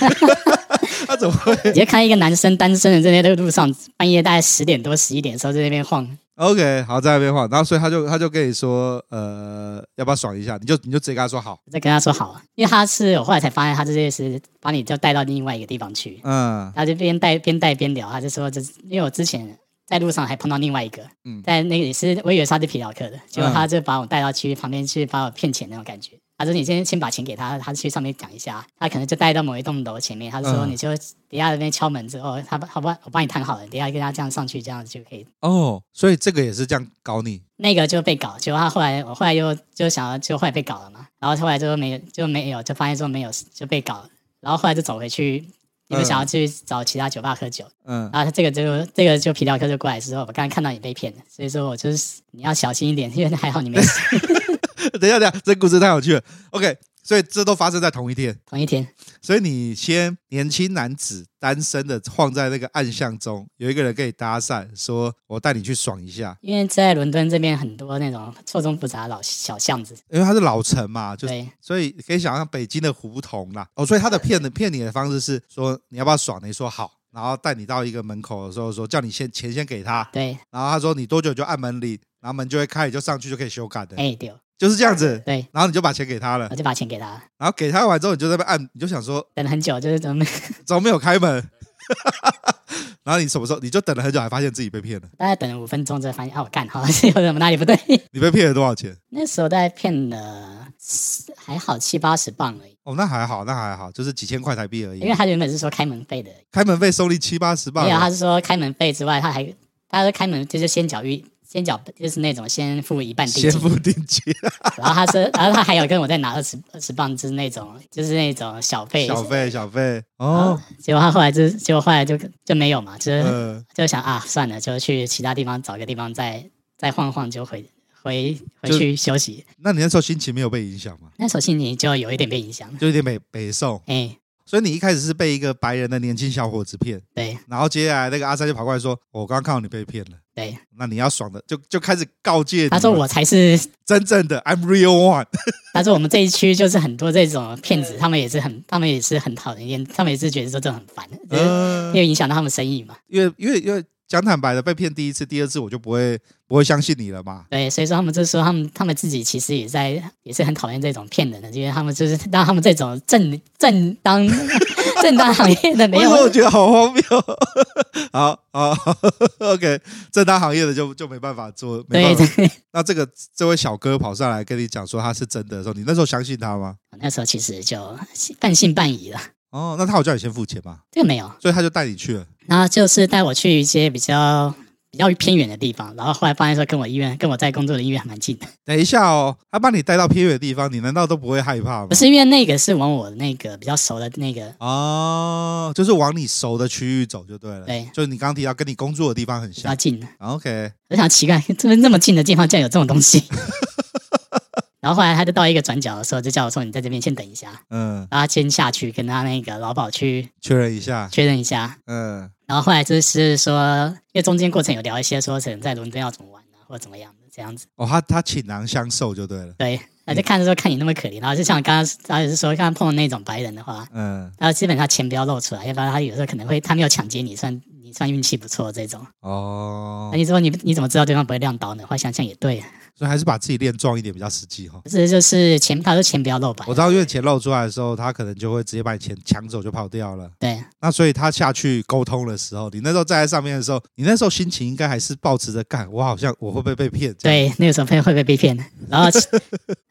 他怎么会
你就看一个男生单身的在那个路上，半夜大概十点多、十一点的时候在那边晃，
？OK，好，在那边晃，然后所以他就他就跟你说，呃，要不要爽一下？你就你就直接跟他说好，
我就跟他说好啊，因为他是我后来才发现他这些是把你就带到另外一个地方去，
嗯，
他就边带边带边聊，他就说就是因为我之前。在路上还碰到另外一个，
嗯
在那个也是，我以为是他是皮条客的，结果他就把我带到去旁边去把我骗钱那种感觉。他说：“你先先把钱给他，他去上面讲一下。”他可能就带到某一栋楼前面，他就说：“
嗯
你就等一下那边敲门之后，他好不好？我帮你谈好了，等一下跟他这样上去，这样子就可以
哦，所以这个也是这样搞你，
那个就被搞，结果他后来我后来又就想要就后来被搞了嘛，然后后来就没就没有就发现说没有就被搞了，然后后来就走回去，因为想要去找其他酒吧喝酒，
嗯， [laughs]
然后他这个就这个就皮条客就过来之后，我刚刚看到你被骗了，所以说我就是你要小心一点，因为还好你没事
等一下，等一下，这故事太有趣了。OK，所以这都发生在同一天。
同一天，
所以你先年轻男子单身的晃在那个暗巷中，有一个人跟你搭讪，说我带你去爽一下，
因为在伦敦这边很多那种错综复杂的老小巷子，
因为他是老城嘛，就是
对
所以可以想象北京的胡同啦。哦，所以他的骗的骗你的方式是说你要不要爽，你说好。然后带你到一个门口的时候，说叫你先钱先给他，
对，
然后他说你多久就按门铃，然后门就会开，你就上去就可以修改的，
哎对
就是这样子。
对，
然后你就把钱给他了
我，就把钱给他，
然后给他完之后，你就在那边按，你就想说
等了 [laughs] 很久就是怎么
怎么没有开门？ [laughs] 然后你什么时候你就等了很久，还发现自己被骗了？
大概等了五分钟之后发现哦，干好像 [laughs] 是有什么哪里不对。
你被骗了多少钱？
那时候大概骗了十还好七八十磅而已，
哦，那还好，那还好，就是几千块台币而
因
已
为。他原本是说开门费的，
开门费收你七八十啊吧
没。有，他是说开门费之外，他还他说开门就是先缴预先缴就是那种先付一半定
先
金，
付定金，啊
然后他说，然后他还有跟我再拿二十二十磅，就是那种就是那种小费，
小费小费
哦
哦，，
结果他后来就结果后来就就没有嘛，就是、
呃，
就想啊算了，就去其他地方找个地方再再晃晃就回回回
就
去休息。
那你那时候心情没有被影响吗？
那时候心情就有一点被影响了，
就有点北北宋，
哎、
所以你一开始是被一个白人的年轻小伙子骗，
对
然后接下来那个阿三就跑过来说：“我刚刚看到你被骗了，
对，
那你要爽的，就就开始告诫你。”
他说我才是
真正的 I'm real
[laughs]
one，
他说我们这一区就是很多这种骗
嗯
子，他们也是很，他们也是很讨人厌，他们也是觉得说这种很烦，就是
呃
因为影响到他们生意嘛。
因为因为因为讲坦白的，被骗第一次、第二次我就不会不会相信你了嘛。
对，所以说他们就说他们他们自己其实也在也是很讨厌这种骗人的，因为他们就是让他们这种正正当 [laughs] 正当行业的没
为什么我
有。
觉得好荒谬。 [laughs] 好好好，OK，正当行业的就就没办法做，没
对
办法。
对，
那这个这位小哥跑上来跟你讲说他是真的的时候，你那时候相信他吗？
那时候其实就半信半疑了，
哦，那他有叫你先付钱吗？
这个没有。
所以他就带你去了。
然后就是带我去一些比较比较偏远的地方，然后后来发现说跟我医院跟我在工作的医院还蛮近的，
等一下哦，他把你带到偏远的地方，你难道都不会害怕吗？
不是因为那个是往我那个比较熟的那个
哦，就是往你熟的区域走就对了。
对
就是你刚刚提到跟你工作的地方很
比较
像。
近的。
OK，
我想奇怪， [laughs] 这边那么近的地方竟然有这种东西。然后后来他就到一个转角的时候，就叫我说：“你在这边先等一下。
嗯”，
然后他先下去跟他那个老鸨去
确认一下。
确认一下。
嗯，
然后后来就是说，因为中间过程有聊一些说，可能在伦敦要怎么玩啊，或者怎么样的这样子。
哦，他他倾囊相授就对了。
对，啊，就看的时候看你那么可怜，然后就像刚刚导演是说，刚刚碰到那种白人的话，
嗯，
然后基本上钱不要露出来，要不然他有时候可能会他没有抢劫你，算你算运气不错这种。
哦
那，你说你你怎么知道对方不会亮刀呢？后来想想也对，
所以还是把自己练壮一点比较实际哈。
这就是钱，他说钱不要露白啊
我，知道，因为钱露出来的时候，他可能就会直接把你钱抢走就跑掉了。
对，
那所以他下去沟通的时候，你那时候站在上面的时候，你那时候心情应该还是抱持着干，我好像我会不会被骗？这样，
对，那个时候会会不会被骗？然后，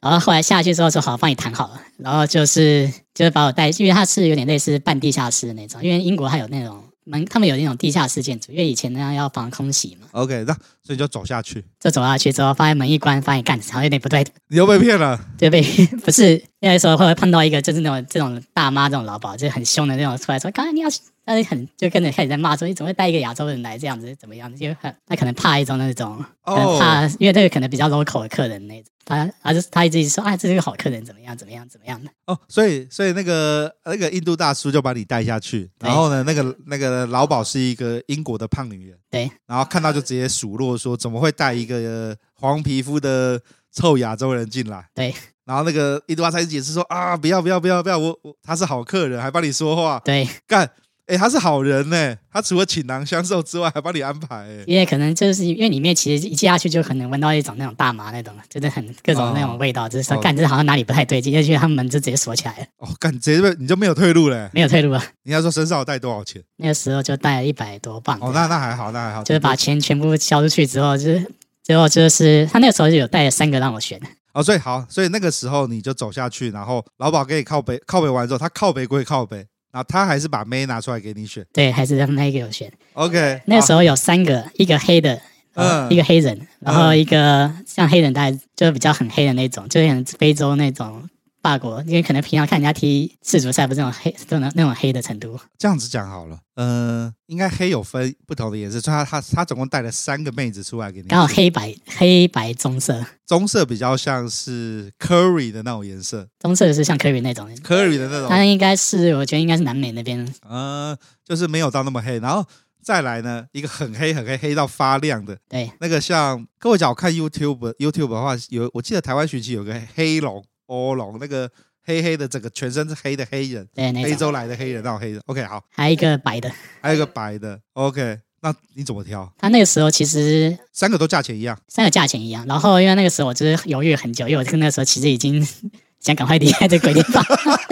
然后后来下去之后说好，帮你谈好了。然后就是就是把我带，因为他是有点类似半地下室的那种，因为英国还有那种门，他们有那种地下室建筑，因为以前那样要防空袭嘛。
OK，那所以你就走下去，
就走下去之后，发现门一关，发现干，好像有点不对，
你又被骗了。
就被 [laughs] 不是那时候会碰到一个就是那种这种大妈这种老鸨，就很凶的那种出来说，刚才你要去。但是很就跟着开始在骂说，你哎怎么会带一个亚洲人来这样子，怎么样？就很他可能怕一种那种可能怕，
哦，
因为这个可能比较 local 的客人那种，他他就他一直说啊，这是个好客人，怎么样，怎么样，怎么样的。
哦，所以所以那个呃那个印度大叔就把你带下去，然后呢，那个那个老鸨是一个英国的胖女人，
对，
然后看到就直接数落说，怎么会带一个黄皮肤的臭亚洲人进来？
对。
然后那个印度大叔解释说啊，不要不要不要不要，我我他是好客人，还帮你说话，
对，
干，哎、他是好人呢、他除了倾囊相授之外，还帮你安排、欸，
因为可能就是因为里面其实一进下去就可能闻到一种那种大麻那种，就是很各种那种味道，就是说
哦
干这好像哪里不太对劲，就觉得他们门就直接锁起来了，
哦，干，直接被你就没有退路嘞、
没有退路了。
你要说身上有带多少钱？
那个时候就带了一百多磅，
哦，那那还好，那还好，
就是把钱全部交出去之后，就是最后就是他那个时候就有带了三个让我选，
哦，所以好，所以那个时候你就走下去，然后老鸨给你靠背，靠背完之后，他靠背归靠背，然后他还是把妹拿出来给你选。
对，还是让那一个有选。
OK，
那时
候
候有三个，一个黑的，呃
啊嗯
一个黑人，然后
嗯
一个像黑人，大概就是比较很黑的那种，就是很非洲那种法国，因为可能平常看人家踢世足赛，不是那种黑，这种那种黑的程度。
这样子讲好了，嗯，应该黑有分不同的颜色，所以他他他总共带了三个妹子出来给你
刚好
选，
黑白黑白棕色，
棕色比较像是 curry 的那种颜色
棕色是像科比那种，
，curry 的那种
他应该是我觉得应该是南美那边，
呃，就是没有到那么黑。然后再来呢，一个很黑很黑，黑到发亮的
对
那个像，各位讲，我看 YouTube YouTube 的话，有我记得台湾学期有个黑龙欧龙，那个黑黑的，整个全身是黑的黑人，
对
非
那种，
洲来的黑人，那种黑人。OK，好，
还有一个白的。
还
哎
有一个白的。OK，那你怎么挑？
他那个时候其实
三个都价钱一样。
三个价钱一样，然后因为那个时候我就是犹豫很久，因为我那个时候其实已经 [laughs] 想赶快离开这个鬼地方。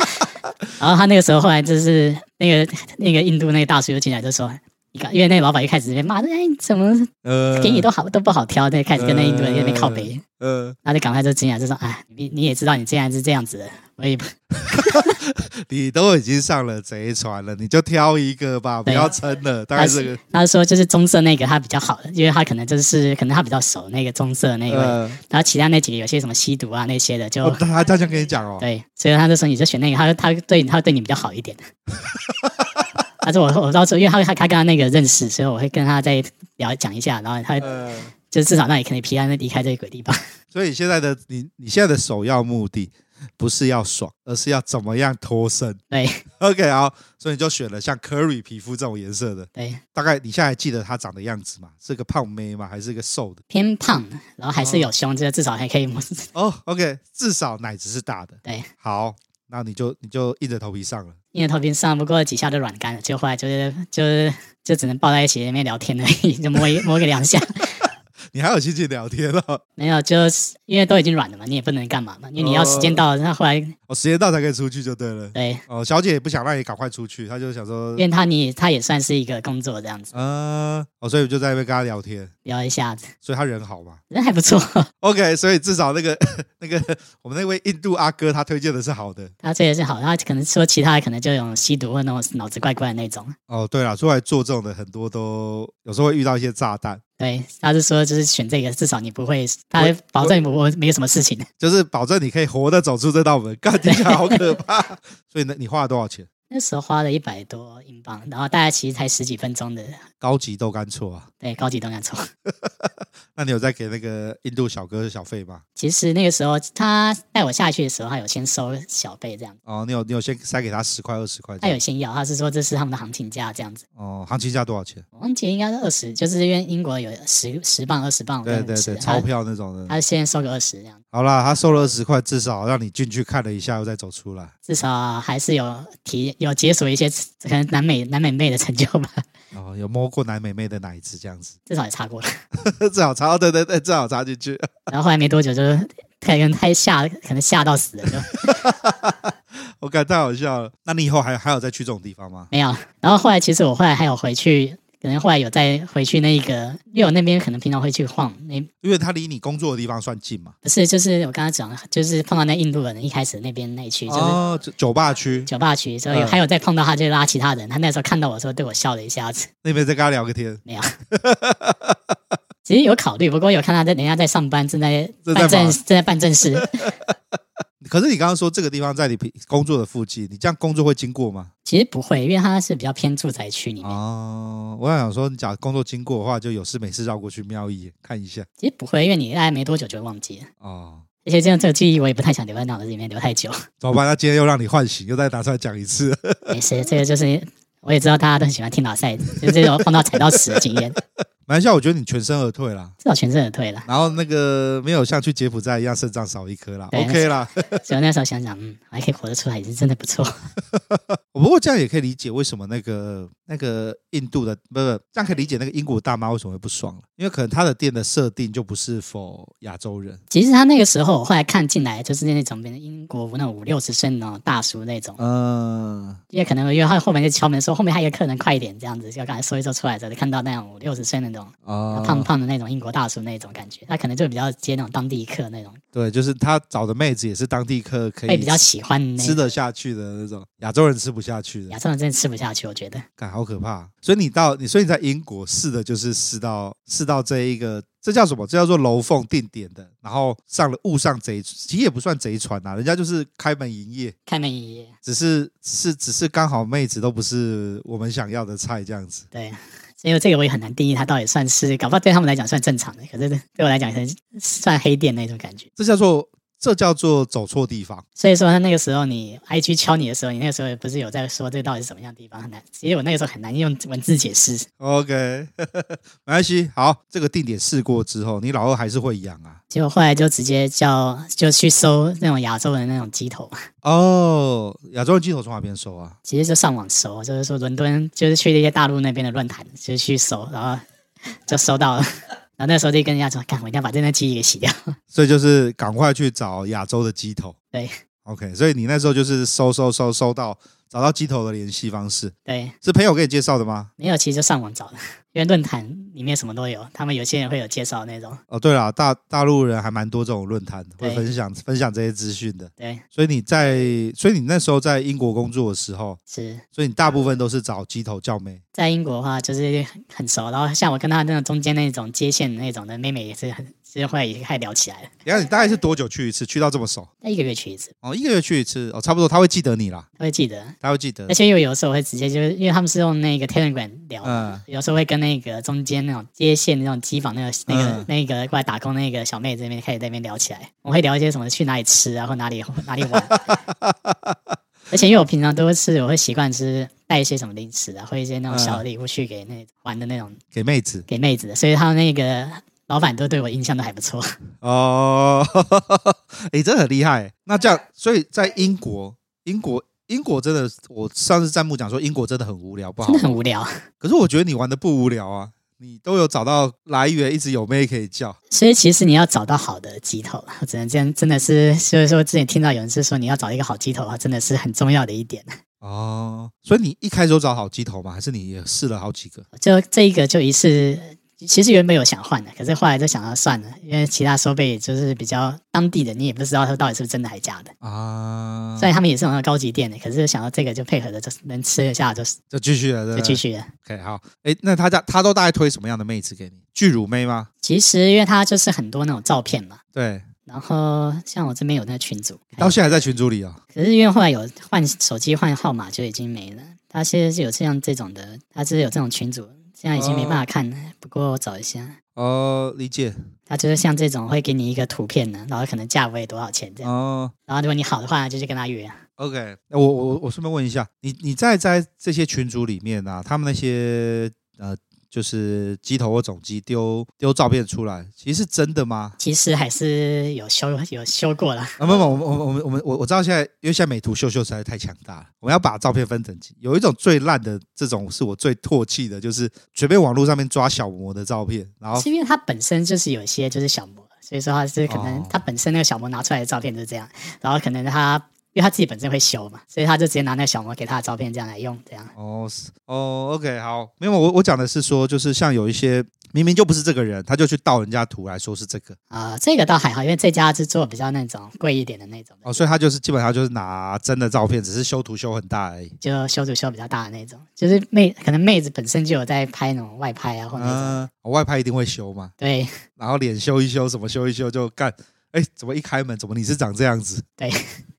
[laughs] 然后他那个时候后来就是那个那个印度那个大叔就进来就说，你看，因为那个老板一开始在骂，哎，怎么
呃，
给你都好都不好挑，对，开始跟那印度人在那边靠北，
呃，
然后就赶快就进来就说，哎，你你也知道你现在是这样子的，我也不
你都已经上了贼船了，你就挑一个吧，不
对
要撑了。大概这个，
他说就是棕色那个他比较好的，因为他可能就是可能他比较熟那个棕色那一位，
呃，
然后其他那几个有些什么吸毒啊那些的就。
哦他他这样跟你讲哦，
对，所以他就说你就选那个，他他对他对你比较好一
[laughs]
点。他说我我到时候因为他他他跟他那个认识，所以我会跟他再聊讲一下，然后他
呃。
就至少让你可以平安的离开这个鬼地方。
所以现在的你，你现在的首要目的不是要爽，而是要怎么样脱身。
对
OK，好，所以你就选了像 curry 皮肤这种颜色的。
对，
大概你现在还记得她长的样子吗？是个胖妹吗？还是个瘦的？
偏胖，然后还是
嗯
有胸，这个至少还可以摸。
哦、o k 至少奶子是大的。
对，
好，那你就你就硬着头皮上了。
因为头皮上不过几下就软干了，就后来就是就是就只能抱在一起在那边聊天而已， [laughs] 就摸一摸个两下。 [laughs]
你还有心情聊天哦？ [laughs]
没有，就是因为都已经软了嘛，你也不能干嘛嘛，因为你要时间到了，那后来
哦，时间到才可以出去就对了。
对，
哦，小姐也不想让你赶快出去，她就想说
因，为他你他也算是一个工作这样子，
呃，哦，所以我就在那边跟她聊天，
聊一下子，
所以她人好嘛。
人还不错。
OK，所以至少那个那个我们那位印度阿哥他推荐的是好的。
他这也是好，他可能说其他的可能就有吸毒或那种脑子怪怪的那种。
哦，对了，出来做这种的很多都有时候会遇到一些炸弹，
对，他是说就是选这个，至少你不会，他会保证你不会没有什么事情。
就是保证你可以活的走出这道门。干，听起来好可怕。 [laughs] 所以呢，你花了多少钱？
那时候花了一百多英镑，然后大概其实才十几分钟的，
高级豆干错啊？
对，高级动感抽。
那你有在给那个印度小哥小费吗？
其实那个时候他带我下去的时候，他有先收小费这样，
哦，你有你有先塞给他十块二十块这
他
样？
有先要，他是说这是他们的行情价这样子。
哦，行情价多少钱？
我忘记应该是二十，就是因为英国有十十磅、二十磅这
对
样
对对，
子，他
钞票那种的。
他先收个二十这样。
好啦，他收了二十块，至少让你进去看了一下，又再走出来。
至少还是有提有解锁一些可能南美南美妹的成就吧， [laughs]
哦，有摸过南美妹的奶子这样子，
至少也擦过了。
[laughs] 正好插，哦对对对，正好插进去。
然后后来没多久就是可能太吓，可能吓到死了就
我感太好笑了。那你以后还还有再去这种地方吗？
没有。然后后来其实我后来还有回去，可能后来有再回去那个，因为我那边可能平常会去晃，那
因为他离你工作的地方算近嘛。
不是就是我刚刚讲，就是碰到那印度人一开始那边那一区就是。
哦，酒酒吧区
酒吧区，所以
嗯
还有再碰到他就拉其他人。他那时候看到我说对我笑了一下子，
那边在跟他聊个天，[laughs]
没有。其实有考虑，不过有看他在人家在上班，正在
正在
办正
忙
正在办正事，
可是你刚刚说这个地方在你平工作的附近，你这样工作会经过吗？
其实不会，因为它是比较偏住宅区里面，
哦，我想说，你假如工作经过的话，就有事没事绕过去瞄一眼看一下。
其实不会，因为你来没多久就会忘记了。
哦，
而且这样这个记忆我也不太想留在脑子里面留太久。 [laughs]
怎么办？那今天又让你唤醒，又再拿出来讲一次。 [laughs]
没事，这个就是我也知道大家都很喜欢听老赛，就是这种碰到踩到屎的经验，
马来西亚，啊我觉得你全身而退啦。
至少全身而退了。
然后那个没有像去柬埔寨一样肾脏少一颗啦
对
，OK 啦。
所以那时候想想，嗯，我还可以活得出来，也是真的不错。
不过这样也可以理解为什么那个那个印度的不是这样可以理解那个英国大妈为什么会不爽了，因为可能她的店的设定就不是否亚洲人。
其实他那个时候，我后来看进来就是那种英国那种五六十岁那种大叔那种，
嗯，
因为可能因为他后面就敲门说后面还有一个客人，快一点这样子，就刚才说一说出来的时候，就看到那种五六十岁那种
哦
胖胖的那种英国大叔那种感觉，他可能就比较接那种当地客那种，
对，就是他找的妹子也是当地客可
会
以
比较喜欢的那
吃
种。
得下去的那种，亚洲人吃不下去的
亚，洲人真的吃不下去，我觉得。
感好可怕。所以你到你，所以你在英国试的就是试到试到这一个，这叫什么？这叫做楼缝定点的，然后上了误上贼，其实也不算贼船啊啦、人家就是开门营业，
开门营业，
只是是只是刚好妹子都不是我们想要的菜这样子。
对，所以这个我也很难定义它到底算是，搞不好对他们来讲算正常的，可是对我来讲是算黑店那种感觉。
这叫做这叫做走错地方。
所以说他那个时候你 IG 敲你的时候，你那个时候不是有在说这到底是什么样的地方很难，其实我那个时候很难用文字解释。
OK，没 [laughs] 关系。好，这个定点试过之后，你老二还是会痒啊。
结果后来就直接叫就去搜那种亚洲人那种鸡头，
哦，亚洲人鸡头从哪边收啊？
其实就上网搜，就是说伦敦就是去那些大陆那边的论坛，就是去搜，然后就搜到了。 [laughs] 然后那时候就跟人家说，干，我一定要把这段记忆给洗掉。
所以就是赶快去找亚洲的鸡头。
对
，OK，所以你那时候就是搜搜搜搜到找到鸡头的联系方式，
对，
是朋友给你介绍的吗？
没有，其实就上网找的，因为论坛里面什么都有，他们有些人会有介绍那种。
哦，对了，大大陆人还蛮多这种论坛
对
会分享分享这些资讯的。
对，
所以你在，所以你那时候在英国工作的时候，
是
所以你大部分都是找鸡头叫妹。
在英国的话，就是很熟，然后像我跟他那种中间那种接线那种的妹妹也是很，就是后来也开始聊起来了。
然后你大概是多久去一次？去到这么熟
那一个月去一次，
哦，一个月去一次哦，差不多他会记得你啦，
他会记得，
他会记得
[laughs] 而。且因为有时候我会直接就是，因为他们是用那个 Telegram 聊嘛，
嗯，
有时候会跟那个中间那种接线那种机房那个那个、
嗯
那个过来打工那个小妹这边开始在那边聊起来，我会聊一些什么去哪里吃啊，或哪里哪里玩。而且因为我平常都会吃，我会习惯吃带一些什么零食啊，或一些那种小礼物去给那玩的那种
给妹子
给妹子的，所以他们那个老板都对我印象都还不错。
哦， [laughs] 你真的很厉害。那这样，所以在英国，英国，英国真的，我上次弹幕讲说英国真的很无聊，不好
真的。很无聊。
[laughs] 可是我觉得你玩的不无聊啊，你都有找到来源，一直有妹可以叫。
所以其实你要找到好的鸡头，我只能这样，真的是，所以说之前听到有人是说你要找一个好鸡头的话，真的是很重要的一点。
哦，所以你一开始有找好鸡头吗？还是你也试了好几个？
就这一个就一次，其实原本有想换的，可是后来就想要算了，因为其他收费就是比较当地的，你也不知道它到底是不是真的还假的。
啊，
虽然他们也是有那种高级店的，可是想到这个就配合的，就是能吃得下就是
就继续了，啊对
就
不
继
对
续了。
？OK，好。哎，那他家他都大概推什么样的妹子给你？巨乳妹吗？
其实因为它就是很多那种照片嘛，
对，
然后像我这边有那个群组，
到现在还在群组里啊、
可是因为后来有换手机换号码就已经没了。它现在是有像这种的，它是有这种群组，现在已经没办法看了。不过我找一下，
哦。理解。
它就是像这种会给你一个图片呢，然后可能价位多少钱这样。
哦
然后如果你好的话，就去跟他约。
，OK。那我我我顺便问一下，你你在在这些群组里面啊，他们那些呃就是鸡头或总机丢丢照片出来，其实是真的吗？
其实还是有修有修过啦。
啊，不不，我们我们我们我我知道现在，因为现在美图秀秀实在太强大了，我们要把照片分等级。有一种最烂的这种是我最唾弃的，就是随便网络上面抓小模的照片，然后
是因为它本身就是有一些就是小模，所以说它是可能
哦
它本身那个小模拿出来的照片就是这样，然后可能它因为它自己本身会修嘛，所以他就直接拿那个小模给他的照片这样来用，这样
哦是哦，OK，好，没有我我讲的是说，就是像有一些明明就不是这个人，他就去盗人家图来说是这个
啊、呃这个倒还好，因为这家是做比较那种贵一点的那种的
哦，所以他就是基本上就是拿真的照片，只是修图修很大而已。
就修图修比较大的那种，就是妹可能妹子本身就有在拍那种外拍啊或那种，
嗯、我外拍一定会修嘛，
对
然后脸修一修，什么修一修就干，哎，怎么一开门，怎么你是长这样子？
对，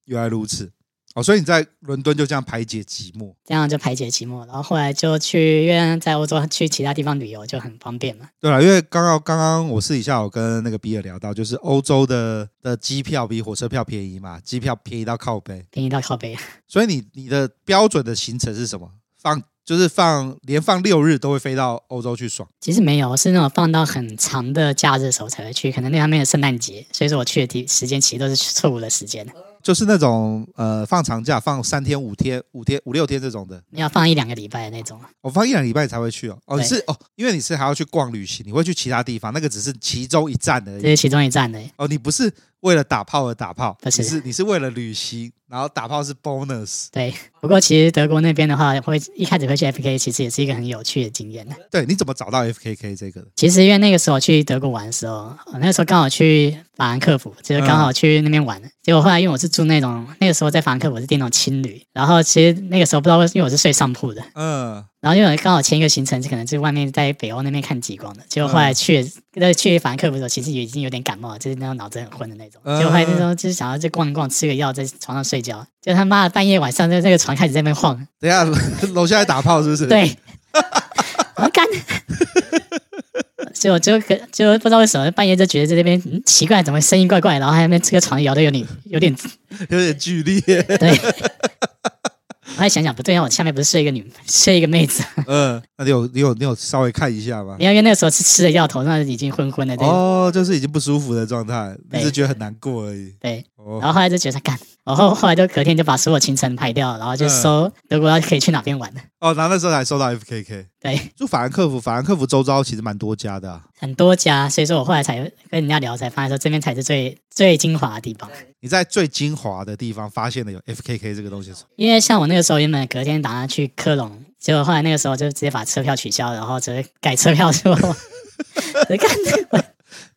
原来如此。哦，所以你在伦敦就这样排解寂寞。
这样就排解寂寞。然后后来就去，因为在欧洲去其他地方旅游就很方便嘛，
对了，因为刚刚刚刚我私底下有跟那个比尔聊到，就是欧洲的的机票比火车票便宜嘛，机票便宜到靠背。
便宜到靠背。
所以你你的标准的行程是什么？放就是放连放六日都会飞到欧洲去爽。
其实没有，是那种放到很长的假日的时候才会去，可能那方面的圣诞节，所以说我去的地时间其实都是错误的时间，
就是那种呃放长假放三天五天五天五六天这种的，
要放一两个礼拜的那种。
我、放一两礼拜才会去哦。哦，
对
你是哦，因为你是还要去逛旅行，你会去其他地方，那个只是其中一站而
这
已。
是其中一站的，
哦，你不是为了打炮而打炮，
不是
你是你是为了旅行，然后打炮是 bonus。
对。不过其实德国那边的话，会一开始会去 FK，其实也是一个很有趣的经验的。
对，你怎么找到 FKK 这个的？
其实因为那个时候去德国玩的时候，我那时候刚好去法兰克福，就是刚好去那边玩。结果后来因为我是住那种那个时候在法兰克福是订那种青旅，然后其实那个时候不知道为因为我是睡上铺的，
嗯，
然后因为刚好签一个行程，可能是外面在北欧那边看极光的，结果后来去那、去法兰克福的时候，其实已经有点感冒了，就是那种脑子很昏的那种。
嗯
结果后来那时候就是想要去逛一逛，吃个药，在床上睡觉，就他妈的半夜晚上在那个床开始在那边晃，
等一下楼 [laughs] 下在打炮是不是？，
对， [laughs] 我干。所以我就可就不知道为什么半夜就觉得在那边、嗯、奇怪，怎么声音怪怪，然后还在那边这个床摇的有点有点
有点剧烈。
对。我还想想不对啊，我下面不是睡一个女睡一个妹子，
嗯，那你有你有你有稍微看一下吗？
因为那个时候是吃了药，头上已经昏昏的，对、
哦，就是已经不舒服的状态，你只
对
是觉得很难过而已。
对。然
哦，
后后来就觉得干，然后后来就隔天就把所有行程排掉，然后就搜德国可以去哪边玩的。
哦，然后那时候还收到 FKK，
对，
住法兰克福，法兰克福周遭其实蛮多家的、啊。
很多家，所以说我后来才跟人家聊，才发现说这边才是最最精华的地方。
你在最精华的地方发现了有 FKK 这个东西的时候，
因为像我那个时候原本隔天打算去科隆，结果后来那个时候就直接把车票取消，然后直接改车票 [laughs] 之后，干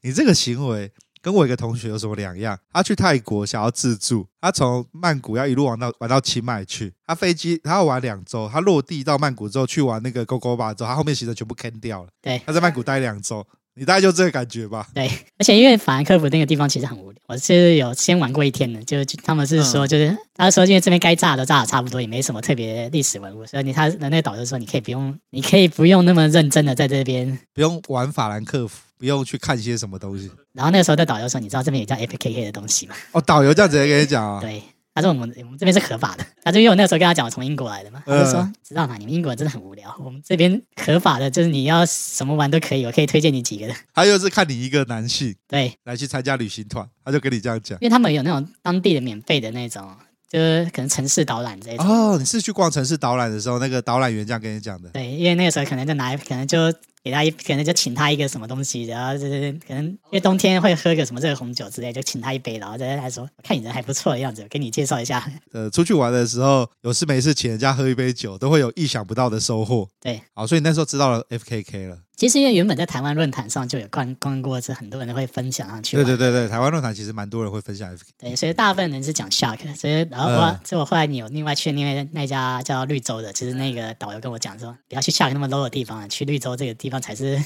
你这个行为跟我一个同学有什么两样？他去泰国想要自助，他从曼谷要一路玩到玩到清迈去，他飞机他要玩两周，他落地到曼谷之后去玩那个 GoGo 吧之后，他后面行程全部坑掉了。
对
他在曼谷待两周，你大概就这个感觉吧。
对，而且因为法兰克福那个地方其实很无聊，我是有先玩过一天的，就是他们是
嗯
说，就是、他说因为这边该炸都炸的差不多，也没什么特别历史文物，所以你他的那个导游说你可以不用，你可以不用那么认真的在这边。
不用玩法兰克福，不用去看些什么东西。
然后那个时候的导游说，你知道这边有叫 FKK 的东西吗？
哦，导游这样直接跟你讲啊，
对。他说我们我们这边是合法的，他就因为我那个时候跟他讲我从英国来的嘛，他就说
嗯
知道吗？你们英国人真的很无聊，我们这边合法的就是你要什么玩都可以，我可以推荐你几个的。
他又是看你一个男性
对，
来去参加旅行团，他就跟你这样讲。
因为他们有那种当地的免费的那种，就是可能城市导览这一种。
哦，你是去逛城市导览的时候，那个导览员这样跟你讲的。
对，因为那个时候可能就拿，可能就给他一，可能就请他一个什么东西，然后就是可能因为冬天会喝个什么热红酒之类，就请他一杯，然后在他说，看你人还不错的样子，我给你介绍一下。
呃，出去玩的时候，有事没事请人家喝一杯酒，都会有意想不到的收获。
对，
好，所以你那时候知道了 FKK 了。
其实因为原本在台湾论坛上就有逛逛过，是很多人会分享上去
对对
玩。
对对，台湾论坛其实蛮多人会分享 FK。
对所以大部分人是讲 shark，所以然后我
嗯，
所以我后来你有另外去另外那家叫绿洲的，其实那个导游跟我讲说，不要去 shark 那么 low 的地方，啊去绿洲这个地方
[laughs]
才是。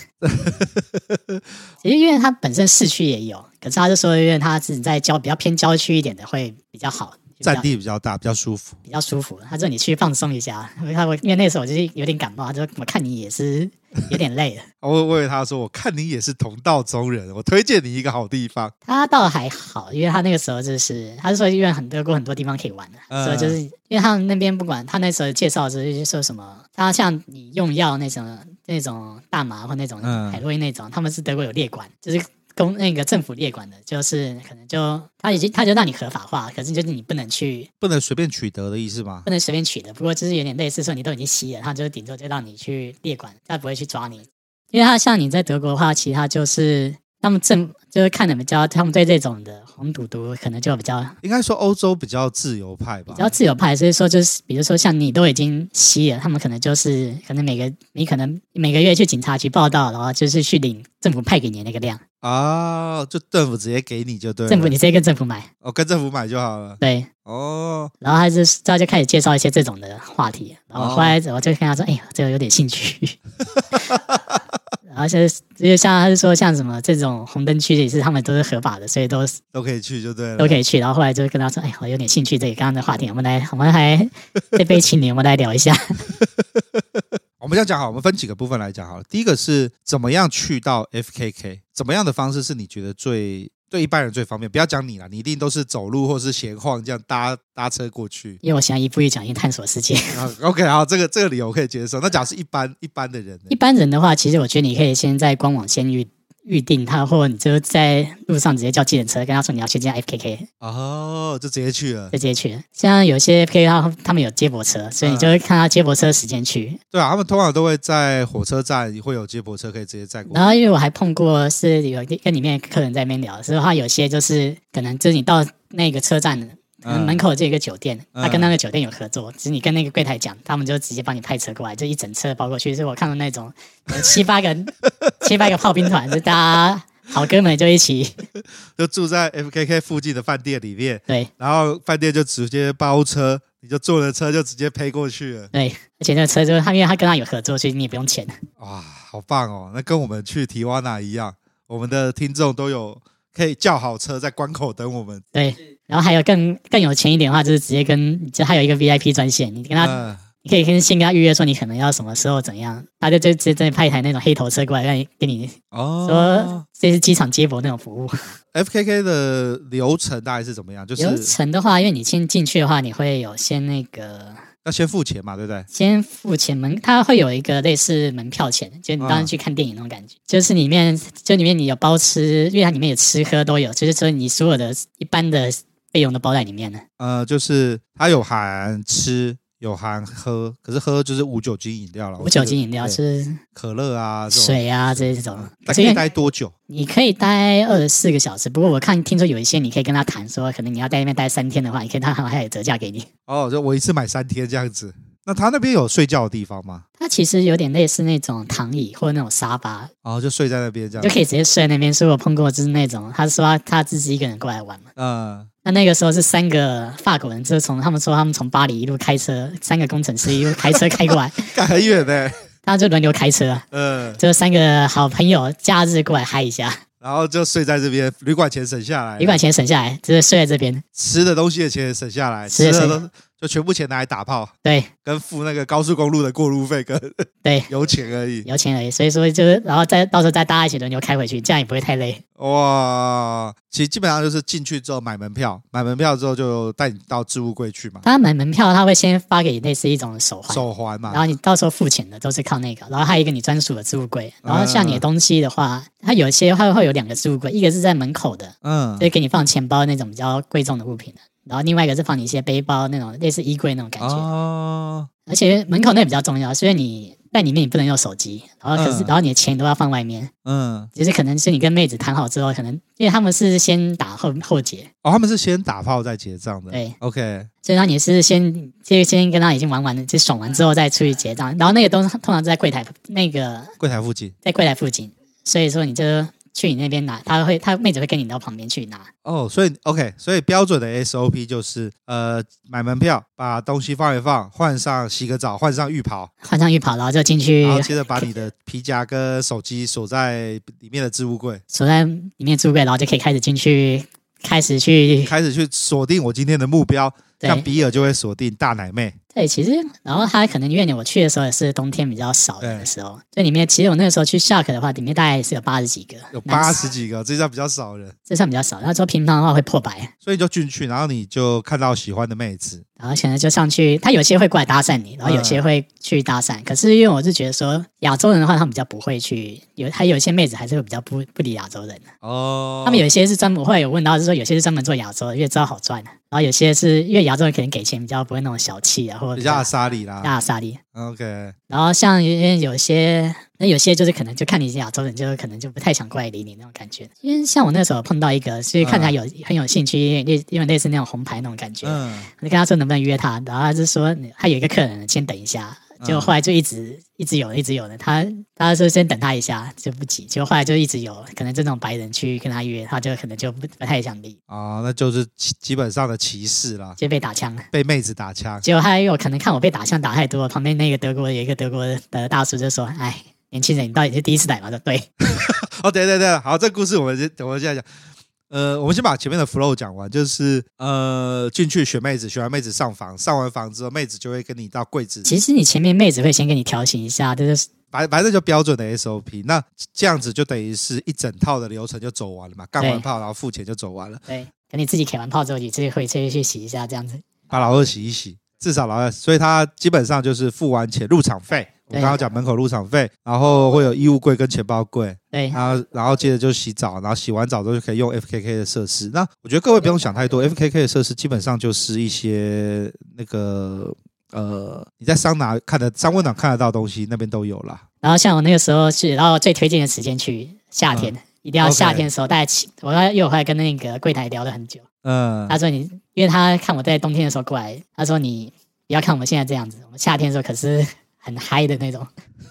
其实因为它本身市区也有，可是他就说，因为他是在郊比较偏郊区一点的会比较好。
占地比较大，比较舒服。
比较舒服。他说你去放松一下，他我因为那时候我就是有点感冒，他说我看你也是有点累了。
哦我我以为他说，我看你也是同道中人，我推荐你一个好地方。
他倒还好，因为他那个时候就是他是说因为很德国很多地方可以玩的、
嗯
所以就是因为他们那边不管他那时候介绍就是说什么，他像你用药那种那种大麻或那种
嗯
海洛因那种，他们是德国有列管，就是。公那个政府列管的，就是可能就他已经他就让你合法化，可是就是你不能去
不能随便取得的意思吗
不？能随便取的。不过就是有点类似说你都已经吸了，他就顶多就让你去列管，他不会去抓你。因为他像你在德国的话，其实他就是他们政就是看的比较，他们对这种的红赌毒可能就比较
应该说欧洲比较自由派吧
比，较自由派，所以说就是比如说像你都已经吸了，他们可能就是可能每个你可能每个月去警察局报到，然后就是去领政府派给你的那个量，
啊，就政府直接给你就对了。
政府你直接跟政府买，
哦，跟政府买就好了。
对。
哦，
然后他就他就开始介绍一些这种的话题，然后后来我就跟他说：“哎呀，这个有点兴趣。” [laughs] 然后就是就像他是说像什么这种红灯区也是他们都是合法的，所以都是
都可以去就对了。
都可以去。然后后来就跟他说：“哎，我有点兴趣这个刚刚的话题，我们来我们还这杯青年，我们来聊一下。 [laughs]
我们这样讲好，我们分几个部分来讲好了。第一个是怎么样去到 FKK，怎么样的方式是你觉得最对一般人最方便？不要讲你啦，你一定都是走路或是闲晃这样搭搭车过去”。 [laughs]
因为我想一步一脚印探索世界。
啊 OK，好，这个这个理由我可以接受。那假如是一般一般的人呢
一？般人的话，其实我觉得你可以先在官网先预预定他，或者你就在路上直接叫计程车，跟他说你要去这家 FKK，
哦，就直接去了
在。街区，像有些 K 他他们有接驳车，所以你就会看他接驳车时间去。
对啊，他们通常都会在火车站会有接驳车可以直接载过去
然。后因为我还碰过是有一跟里面的客人在那边聊，所以他有些就是可能就是你到那个车站。可能
嗯
门口就有一个酒店，
嗯
他跟那个酒店有合作，只是你跟那个柜台讲，他们就直接帮你派车过来，就一整车包过去。所以我看到那种 [laughs] 有七八个 [laughs] 七八个炮兵团，就大家好哥们就一起
就住在 FKK 附近的饭店里面，
对
然后饭店就直接包车，你就坐了车就直接飞过去了，
对，而且那个车就是他，因为他跟他有合作，所以你也不用钱。
哇，好棒哦！那跟我们去提瓦纳一样，我们的听众都有可以叫好车在关口等我们。
对，然后还有更更有钱一点的话，就是直接跟，就还有一个 VIP 专线，你跟他，
嗯
你可以跟先跟他预约说你可能要什么时候怎样，他就就直接再派一台那种黑头车过来，让你给你
哦
说这是机场接驳那种服务。
，FKK 的流程大概是怎么样？就
流
是
程的话，因为你先进去的话，你会有先那个
要先付钱嘛，对不对？
先付钱门，它会有一个类似门票钱，
嗯
就你当时去看电影那种感觉，就是里面就里面你有包吃，因为它里面有吃喝都有，就是说你所有的一般的费用都包在里面了。
呃，就是它有含吃。有含喝，可是喝就是无酒精饮料了。
无酒精饮料
哦对
是
可乐啊，这种
水啊，这这种
嗯。大
可
概可
是因
以
为
待多久？
你可以待二十四个小时，不过我看听说有一些你可以跟他谈说，可能你要在那边待三天的话，你可以他还有折价给你。 [laughs]
哦，就我一次买三天这样子。那他那边有睡觉的地方吗？
它其实有点类似那种躺椅或者那种沙发，
哦，就睡在那边这样
你就
子。
可以直接睡在那边。所以我碰过就是那种，他说他他自己一个人过来玩嘛。
嗯，
那那个时候是三个法国人，就是从他们说他们从巴黎一路开车，三个工程师一路开车开
[laughs]
过来，
干很远呢。
他们就轮流开车，啊
嗯，
就是三个好朋友假日过来嗨一下，
然后就睡在这边，旅馆钱省下来，
旅馆钱省下来，就是睡在这边。
吃的东西的钱也省下来，
吃
吃
的
的
省
都就全部钱拿来打炮，
对，
跟付那个高速公路的过路费跟
对
油钱而已。
有钱而已，所以说就是，然后再到时候再大家一起轮流开回去，这样也不会太累。
哇，其实基本上就是进去之后买门票，买门票之后就带你到置物柜去嘛，
他买门票，他会先发给你类似一种手环，
手环
然后
嘛。
你到时候付钱的都是靠那个，然后还有一个你专属的置物柜，然后像你的东西的话，它有些它会有两个置物柜，一个是在门口的，
嗯
就，是给你放钱包那种比较贵重的物品的。然后另外一个是放你一些背包那种类似衣柜那种感觉，
哦，
而且门口那比较重要，所以你在里面你不能用手机，然后可是、
嗯
然后你的钱都要放外面，
嗯，
就是可能是你跟妹子谈好之后，可能因为他们是先打后后结，
哦，他们是先打炮再结账的。
对
，OK，
所以他也是先先先跟他已经玩完了，就爽完之后再出去结账，然后那个东西通常在柜台那个
柜台附近。
在柜台附近，所以说你就去你那边拿，他会他妹子会跟你到旁边去拿，
哦，所以 OK，所以标准的 SOP 就是呃，买门票，把东西放一放，换上洗个澡，换上浴袍，
换上浴袍，然后就进去
然后接着把你的皮夹跟手机锁在里面的置物柜，
锁在里面置物柜，然后就可以开始进去开始去
开始去锁定我今天的目标。
对
像比尔就会锁定大奶妹，
对，其实然后它可能因为我去的时候也是冬天比较少人的时候，所以里面其实我那个时候去 Shark 的话，里面大概是有八十几个，
有
男
八
生，
十几个，这下比较少人，
这算比较少。那时候平常的话会破百，
所以就进去，然后你就看到喜欢的妹子，
然后现在就上去，他有些会过来搭讪你，然后有
嗯
些会去搭讪。可是因为我是觉得说亚洲人的话，他们比较不会去，有还有一些妹子还是会比较不不理亚洲人。
哦
他们有一些是专门，我后来有问到，是说有些是专门做亚洲的，因为知道好赚啊然后有些是因为亚洲人可能给钱比较不会那种小气啊，或者
比较阿莎莉啦
大沙利。
，OK，
然后像因为有些，那有些就是可能就看你是亚洲人，就可能就不太想过来理你那种感觉。因为像我那时候碰到一个，所以看起来有、很有兴趣，因为类因为类似那种红牌那种感觉。
嗯，
我就跟他说能不能约他，然后他就说你他有一个客人，先等一下。结果后来就一直、一直有，一直有呢。他他说先等他一下，就不急。结果后来就一直有，可能这种白人去跟他约，他就可能就不不太想理，
哦，那就是基基本上的歧视啦，
就被打枪了。
被妹子打枪，
结果他有可能看我被打枪打太多了，旁边那个德国有一个德国的大叔就说：“哎，年轻人，你到底是第一次来吗？”我说：“对，
哦，对对对，好，这故事我们先等我现在讲。呃，我们先把前面的 flow 讲完，就是呃，进去选妹子，选完妹子上房，上完房之后，妹子就会跟你到柜子，
其实你前面妹子会先跟你调情一下，就是
反反正就标准的 SOP。那这样子就等于是一整套的流程就走完了嘛，干完
对
炮然后付钱就走完了，
对。等你自己开完炮之后，你自己回去去洗一下，这样子。
把老二洗一洗，至少老二，所以他基本上就是付完钱入场费。我
对
刚刚讲门口入场费，然后会有衣物柜跟钱包柜，
对，
然后然后接着就洗澡，然后洗完澡之后就可以用 FKK 的设施。那我觉得各位不用想太多，FKK 的设施基本上就是一些那个呃，你在桑拿看的三温暖看得到的东西，那边都有啦。
然后像我那个时候去，然后最推荐的时间去夏天，一定要
嗯 OK
夏天的时候，大概七，我要又还跟那个柜台聊了很久。
嗯，
他说你，因为他看我在冬天的时候过来，他说你不要看我们现在这样子，我们夏天的时候可是很嗨的那种，
[laughs] 嗯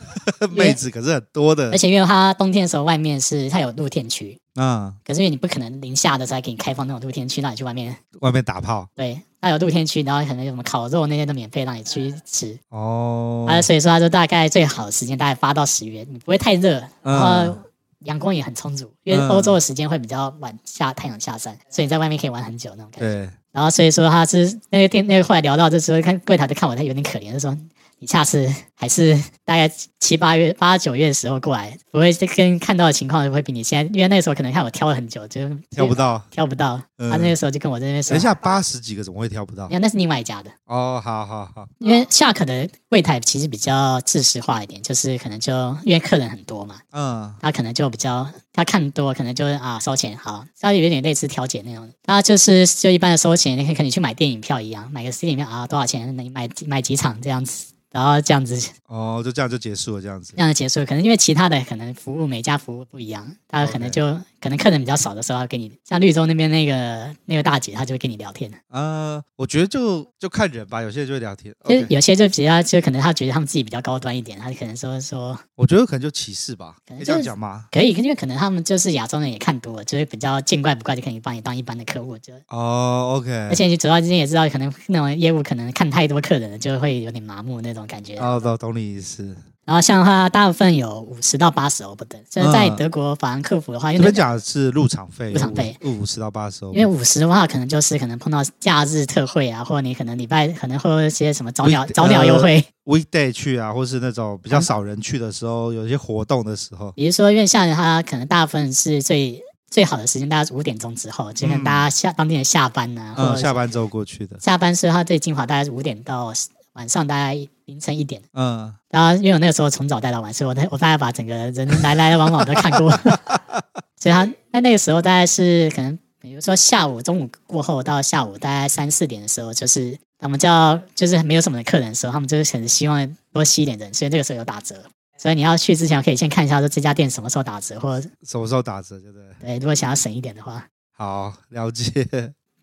妹子可是很多的
而，且因为他冬天的时候外面是它有露天区，
嗯，
可是因为你不可能零下的时候还给你开放那种露天区，让你去外面
外面打炮
对。它有露天区，然后可能有什么烤肉那些都免费让你去吃，
哦，
啊，所以说他说大概最好的时间大概八到十月，你不会太热，然后
嗯
阳光也很充足，因为
嗯
欧洲的时间会比较晚下太阳下山，所以你在外面可以玩很久那种感觉。
对，
然后所以说他是那个店那个后来聊到这时候，看柜台就看我，他有点可怜，就说你下次还是大概七八月八九月的时候过来，不会跟看到的情况会比你现在，因为那时候可能看我挑了很久，就
挑不到。
挑不到，
嗯
他那个时候就跟我这边说，
等一下，八十几个怎么会挑不到
没？有，那是另外一家的。
哦，好好好，
因为下课的柜台其实比较制式化一点，就是可能就因为客人很多嘛，
嗯，
他可能就比较他看多，可能就是啊收钱好，他有点类似调解那种，他就是就一般的收钱，你可以可能去买电影票一样，买个 C 里面啊多少钱，你买买几场这样子。然后这样子，
哦，就这样就结束了，这样子
这。样子结束，可能因为其他的可能服务每家服务不一样，他可能
OK
就可能客人比较少的时候，他跟你像绿洲那边那个那个大姐，她就会跟你聊天，啊
呃，我觉得就就看人吧，有些人就会聊天。
就是
OK，
有些就比较就可能他觉得他们自己比较高端一点，他可能说说
我觉得可能就歧视吧，
可
可
能
以这样
就是
讲吗？
可以，因为可能他们就是亚洲人也看多了，就是比较见怪不怪，就可以把你当一般的客户。就
哦，OK，
而且你主要之前也知道，可能那种业务可能看太多客人了，就会有点麻木那种感觉。
哦，懂懂你意思。
然后像的话，大部分有五十到八十欧不等。就是在
嗯
德国法兰克福的话，因
这
为
边讲的是入场费，
入场费
五十到八十欧，
因为五十的话，可能就是可能碰到假日特惠啊，或者你可能礼拜可能会有一些什么早鸟
不一
早鸟优
呃
惠。
weekday 去啊，或是那种
嗯
比较少人去的时候，有一些活动的时候，
比如说，因为像它可能大部分是最最好的时间，大概是五点钟之后，就跟大家下、当地人下班呐、或
嗯，
者
下班之后过去的，
下班是他最精华，大概是五点到晚上大概凌晨一点。
嗯，
然后因为我那个时候从早待到晚，所以我那我大概把整个人来来往往都看过。所以他那那个时候大概是可能，比如说下午中午过后到下午大概三四点的时候，就是他们叫就是没有什么客人的时候，他们就是很希望多吸一点人，所以那个时候有打折。所以你要去之前可以先看一下说这家店什么时候打折，或者
什么时候打折，对不对？
对，如果想要省一点的话，
好，了
[laughs]
解，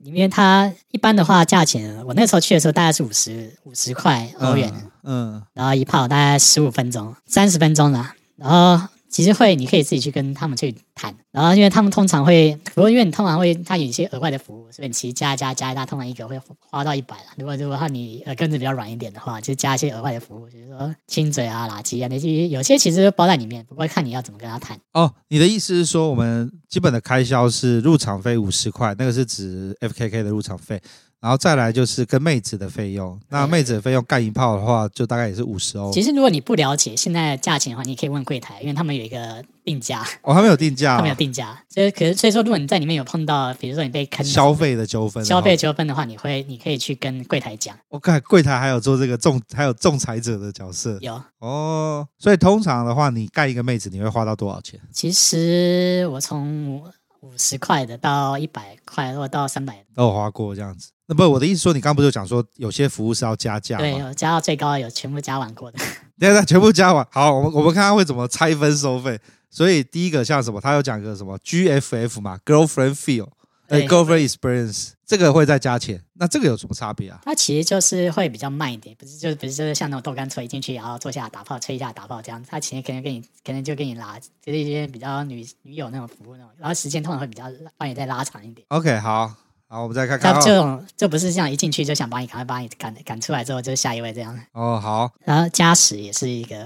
因为它一般的话价钱，我那时候去的时候大概是五十五十块欧元，
嗯，嗯，
然后一泡大概十五分钟、三十分钟啦。然后其实会你可以自己去跟他们去谈，然后因为他们通常会，不过因为你通常会他有一些额外的服务，所以你其实加一加加一加，通常一个会花到一百啦。如果如果你呃根子比较软一点的话，就加一些额外的服务，比如说亲嘴啊、垃圾啊那些，有些其实都包在里面，不过看你要怎么跟他谈。
哦，你的意思是说，我们基本的开销是入场费五十块，那个是指 FKK 的入场费，然然后再来就是跟妹子的费用，那妹子的费用干一炮的话，就大概也是五十欧。
其实如果你不了解现在的价钱的话，你可以问柜台，因为他们有一个定价，
哦，还没有定价
他
啊
们，有定价。所以可是所以说，如果你在里面有碰到，比如说你被坑
消费的纠纷的话，
消费纠纷的话，你会你可以去跟柜台讲，
我看柜台还有做这个仲，还有仲裁者的角色
有。
哦。所以通常的话，你干一个妹子，你会花到多少钱？
其实我从五五十块的到一百块，或到三百，
都有花过这样子。那不，我的意思说，你刚不是有讲说有些服务是要加价
对，
吗？
我加到最高的有全部加完过的。
对，那全部加完。好，我们我们看看会怎么拆分收费。所以第一个像什么，他有讲个什么 GFF 嘛，Girlfriend Feel，呃
对
，Girlfriend Experience，这个会再加钱。那这个有什么差别啊？
它其实就是会比较慢一点，不是就不是就是像那种豆干吹进去，然后坐下打炮，吹一下打炮这样。它其实可能跟你可能就跟你拉，就是一些比较女女友那种服务那种，然后时间通常会比较帮你再拉长一点。
OK，好，好，我们再看看
它这
哦。
种就不是这样一进去就想把你赶快把你赶赶出来之后就下一位这样。
哦，好，
然后加时也是一个，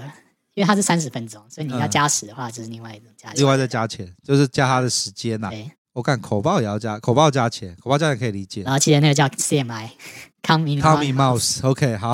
因为它是三十分钟，所以你要
嗯
加时的话就是另外一种加时。
另外再加钱，就是加他的时间呐、啊
对，
我看口爆也要加，口爆加钱，口爆加钱可以理解。
然后记得那个叫 CMI。康明，
Tommy Mouse，OK，、好，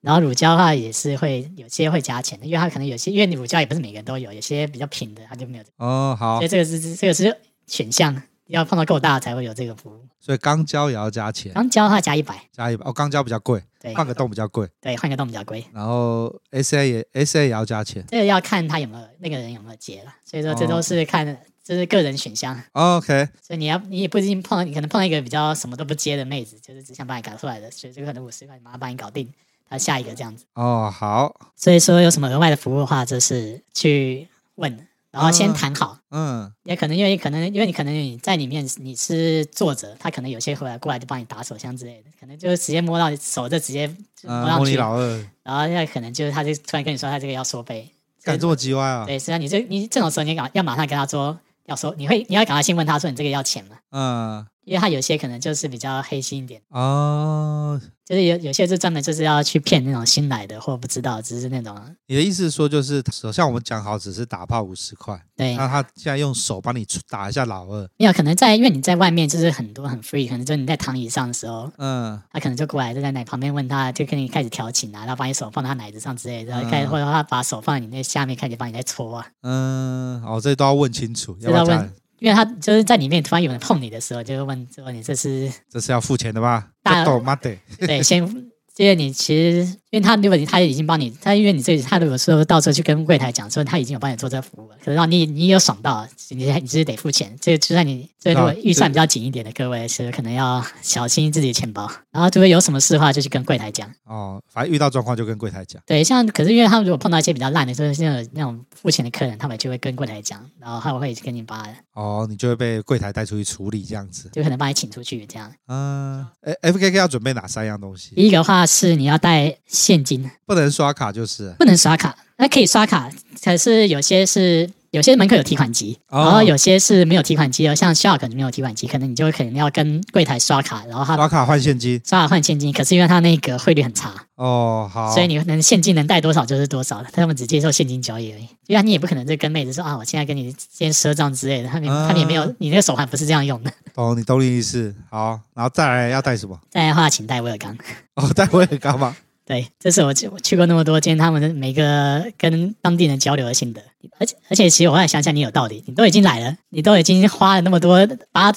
然后乳胶的话也是会有些会加钱的，因为它可能有些，因为你乳胶也不是每个人都有，有些比较平的它就没有
哦，好
所以，这个是这个是选项，要碰到够大才会有这个服务。
所以钢胶也要加钱，
刚交的话加一百，
加一百，哦，钢胶比较贵，
对，
换个洞比较贵，
对，换个洞比较贵。
然后 S A 也 S A 也要加钱
这个要看他有没有那个人有没有结了，所以
哦
说这都是看这是个人选项。
，OK，
所以你要你也不一定碰到，你可能碰到一个比较什么都不接的妹子，就是只想把你搞出来的，所以这个可能五十块马上把你搞定，他下一个这样子。
哦，好，
所以说有什么额外的服务的话，就是去问，然后先谈好。
嗯，
也可能因为可能因为你可能你在里面你是坐着，他可能有些回来过来就帮你打手枪之类的，可能就是直接摸到你手就直接就摸
啊，
上
摸你
去，
老二，
然后那可能就是他就突然跟你说他这个要收费，
敢这么叽歪啊？
对，实际上你这你这种时候你赶要马上跟他说要收，你会你要赶快先问他说你这个要钱吗？
嗯，
因为他有些可能就是比较黑心一点，
哦，
就是有有些是专门就是要去骗那种新来的或不知道，只是那种
你的意思是说就是像我们讲好只是打炮五十块，
对，
那他现在用手帮你打一下老二，
没有可能在因为你在外面就是很多很 free，可能就是你在躺椅上的时候，
嗯，
他可能就过来就在奶旁边问他，就跟你开始调情啊，然后把你手放到他奶子上之类的，然后开始
嗯
或者他把手放在你那下面，开始帮你在搓啊，
嗯，哦，这都要问清楚，要
这
不
要
然这
问
样，
因为他就是在里面突然有人碰你的时候，就会问就问你这是
这是要付钱的吧？
大
懂吗？得，
对先。因为你其实，因为他如果你他已经帮你，他因为你这里他如果说到时候去跟柜台讲说他已经有帮你做这个服务了，可是让你你有爽到，你你只是得付钱。这个就算你，所以如果
啊
预算比较紧一点的各位，是可能要小心自己的钱包。然后如果有什么事的话，就去跟柜台讲。
哦，反正遇到状况就跟柜台讲。
对，像可是因为他们如果碰到一些比较烂的，就是那种那种付钱的客人，他们就会跟柜台讲，然后他们会跟你把，
哦，你就会被柜台带出去处理这样子。
就可能把你请出去这样。
嗯，哎，F K K 要准备哪三样东西？
第一个话是你要带现金，
不能刷卡就是
不能刷卡，那可以刷卡，可是有些是有些门口有提款机，
哦
然后有些是没有提款机的，像 Shark 就没有提款机，可能你就可能要跟柜台刷卡，然后他
刷卡换现金。
刷卡换现金，可是因为他那个汇率很差，
哦，好，
所以你能现金能带多少就是多少，他们只接受现金交易而已。因为你也不可能就跟妹子说啊，我现在跟你先赊账之类的，他们、
啊
他们也没有，你那个手环不是这样用的。
懂你懂你意思。好，然后再来要带什么？
再来的话，请带威尔刚。
哦，带威尔刚吗？
对，这是我去我去过那么多间，他们的每个跟当地人交流的心得。而且而且，其实我后来想想，你有道理，你都已经来了，你都已经花了那么多跋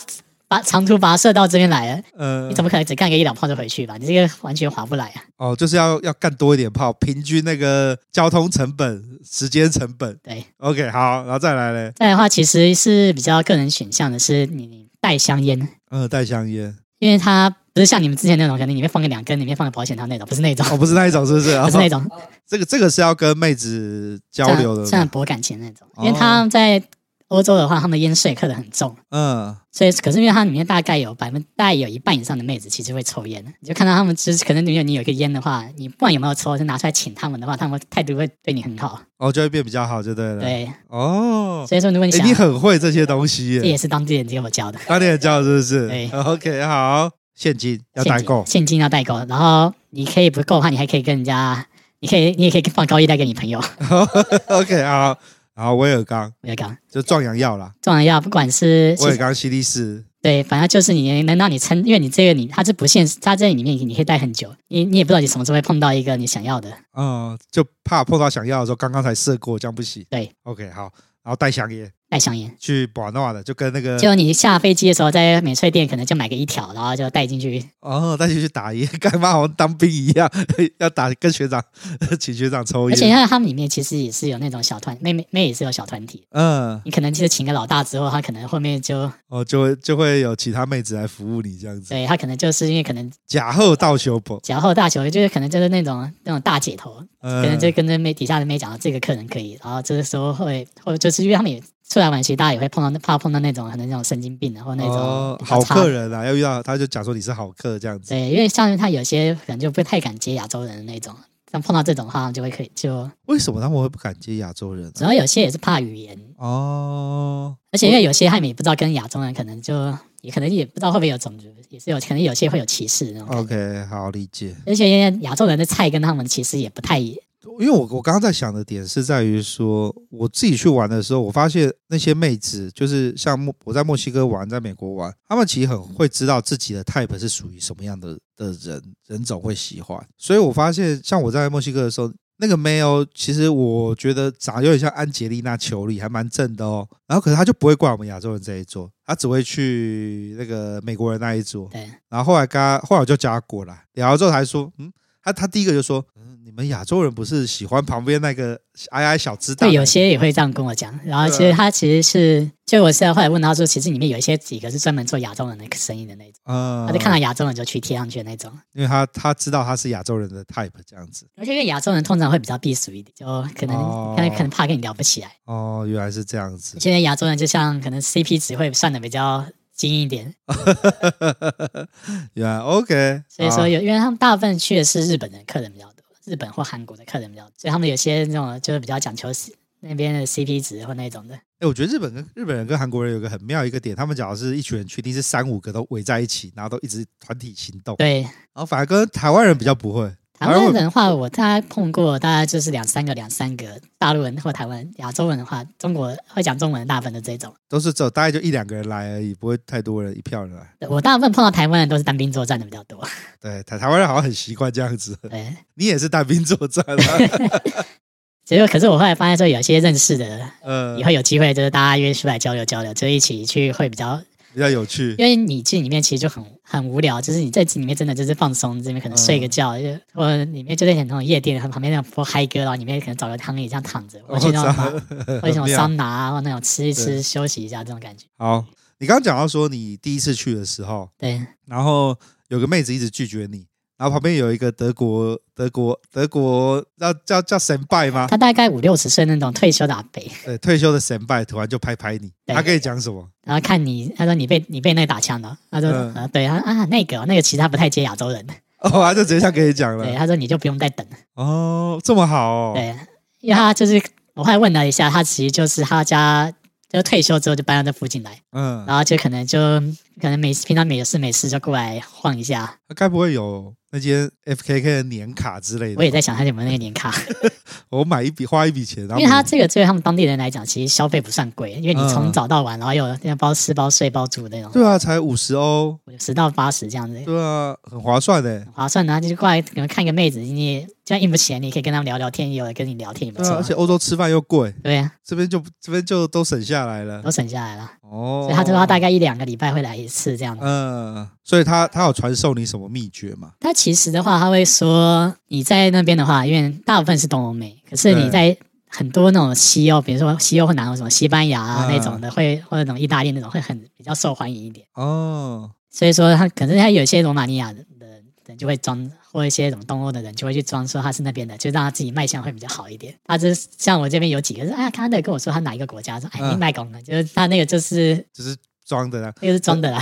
跋长途跋涉到这边来了，
呃
你，怎么可能只干个一两炮就回去吧？你这个完全划不来啊！
哦，就是要要干多一点炮，平均那个交通成本、时间成本。
对，
OK，好，然后再来嘞，
再来的话，其实是比较个人选项的是你你带香烟。
嗯，带香烟。
因为它不是像你们之前那种，可能里面放个两根，里面放个保险套那种，不是那种，
哦，不是那一种，是不是？
不是那
哦
种
这个这个是要跟妹子交流的
这样
吗。
博感情那种。
哦
因为他在欧洲的话，他们烟税课的很重，
嗯，
所以可是因为它里面大概有百分大概有一半以上的妹子其实会抽烟的，你就看到他们就是可能如果你有一个烟的话，你不管有没有抽，就拿出来请他们的话，他们态度会对你很好。
哦，就会变比较好，就对了。，
对，
哦，
所以说如果你
哎，
想，
你很会这些东西耶。
这也是当地人给我教的。
当天叫是不是？
对
OK，好，现金要代购
现金，现金要代购，然后你可以不够的话，你还可以跟人家，你可以你也可以放高利贷给你朋友。
[laughs] OK，好，然后威尔刚
威尔刚
就壮阳药啦，
壮阳药，不管是
威尔刚西力士，
对，反正就是你能让你撑，因为你这个你它是不限，它在里面你可以待很久，你你也不知道你什么时候会碰到一个你想要的。
呃，就怕碰到想要的时候，刚刚才射过，这样不行。
对
，OK，好，然后带香烟
带香烟，
去瓦诺的，就跟那个
就你下飞机的时候，在免税店可能就买个一条，然后就带进去。
哦，带去去打野， [laughs] 干嘛好像当兵一样， [laughs] 要打跟学长， [laughs] 请学长抽
而且
烟。
像他们里面其实也是有那种小团，妹妹妹也是有小团体。
嗯，
你可能就是请个老大之后，他可能后面就
哦，就会就会有其他妹子来服务你这样子。
对他可能就是因为可能
假后到修补，
脚后大球，就是可能就是那种那种大姐头，可能
嗯，
就跟那妹底下的妹讲，这个客人可以，然后这个时候会，或者就是因为他们也出来玩，其实大家也会碰到怕碰到那种可能那种神经病啊的或那种
哦，
比较
好
差
客人啊，要遇到他就讲说你是好客这样子。
对，因为像他有些可能就不太敢接亚洲人的那种，像碰到这种的话就会可以就，
为什么他们会不敢接亚洲人、
主
啊？
要有些也是怕语言，
哦，
而且因为有些他们也不知道跟亚洲人可能就也可能也不知道会不会有种族，也是有可能有些会有歧视那
哦
种感觉。
OK，好理解。
而且因为亚洲人的菜跟他们其实也不太一，
因为我我刚刚在想的点是在于说，我自己去玩的时候，我发现那些妹子，就是像墨我在墨西哥玩，在美国玩，她们其实很会知道自己的 type 是属于什么样的的人人种会喜欢。所以我发现，像我在墨西哥的时候，那个 male 其实我觉得长得有点像安吉丽娜·裘丽，还蛮正的哦。然后可是她就不会过来我们亚洲人这一桌，她只会去那个美国人那一桌。
对，
然后后来跟他，后来我就叫他过来，聊了之后才说，嗯，他他第一个就说，嗯，你们亚洲人不是喜欢旁边那个矮矮小只大
对，
的？
有些也会这样跟我讲。然后其
对
实
啊
他其实是，就我是后来问他说，其实里面有一些几个是专门做亚洲人的生意的那种，
嗯，
他就看到亚洲人就去贴上去的那种。
因为他他知道他是亚洲人的 type 这样子。
而且因为亚洲人通常会比较避俗一点，就可能、
哦
可能可能怕跟你聊不起来。
哦，原来是这样子。
现在亚洲人就像可能 CP 值会算的比较精一点，
原来 OK，
所以
好
说有，因为他们大部分去的是日本人客人比较多，日本或韩国的客人比较多，所以他们有些那种就是比较讲求那边的 CP 值或那种的。
哎、我觉得日本跟日本人跟韩国人有个很妙一个点，他们假如是一群人去，一定是三五个都围在一起，然后都一直团体行动。
对，
然后反而跟台湾人比较不会，
台湾人
会
的话，我大概碰过，大概就是两三个、两三个大陆人或台湾亚洲人的话，中国会讲中文的大部分都这种。
都是只有大概就一两个人来而已，不会太多人一票人来。
我大部分碰到台湾人都是单兵作战的比较多。
对，台台湾人好像很习惯这样子。
对，
你也是单兵作战啊，
结果可是我后来发现说，有些认识的
呃
以，后有机会就是大家约出来交流交流，就一起去会比较，
比较有 [laughs] 趣
因。为你进里面其实就很很无聊，就是你在里面真的就是放松，这边可能睡个觉，
嗯
就或者里面就是很那种夜店，旁边那种播嗨歌，然后里面可能找个汤椅这样躺着，或者去那种马 [laughs]
[laughs]
或者那种桑拿啊，或那种吃一吃
哦对
休息一下这种感觉。
好，你刚刚讲到说你第一次去的时候，
对。
然后有个妹子一直拒绝你，然后旁边有一个德国德国德国叫叫叫神拜吗？
他大概五六十岁那种退休的阿
[laughs]
伯，
对，退休的神拜突然就拍拍你，
对
他跟你讲什么？
然后看你，他说你被你被那个打枪了，他说、
嗯
呃对，他说啊那个哦那个其实他不太接亚洲人，
哦，他就直接想跟你讲
对，
了。
他说你就不用再等了，
哦，这么好哦。
对，因为他就是我后来问了一下，他其实就是他家就退休之后就搬到这附近来，
嗯，
然后就可能就可能没平常没事没事就过来晃一下，
他该不会有那间 FKK 的年卡之类
我
的？
也在想他有没有那个年卡，
我买一笔花一笔钱，然后
因为他
买
这个对他们当地人来讲，其实消费不算贵，因为你从
嗯
早到晚，然后又要包吃包睡包住那种，
对啊，才五十欧，
十到八十这样子，
对啊，很划算的。
划算的、啊，就是过来可能看个妹子，你也就算硬不起来，你也可以跟他们聊聊天，也有人跟你聊天也不
对啊，
错、
而且欧洲吃饭又贵，
对啊，
这边就这边就都省下来了。
都省下来了。
哦，
嗯所以他说他大概一两个礼拜会来一次这样子。
嗯，所以他他有传授你什么秘诀吗？
他其实的话，他会说你在那边的话，因为大部分是东欧美，可是你在很多那种西欧，比如说西欧或南欧什么西班牙啊
嗯
那种的，会或者那种意大利那种会很比较受欢迎一点。
哦，
所以说他可是他有一些罗马尼亚的人就会装，或一些什么东欧的人就会去装说他是那边的，就让他自己卖相会比较好一点。他就是像我这边有几个是哎呀，刚刚那个跟我说他哪一个国家，说哎
嗯
你卖公的，就是他那个就是
就是装的啦。
那个是装的啦。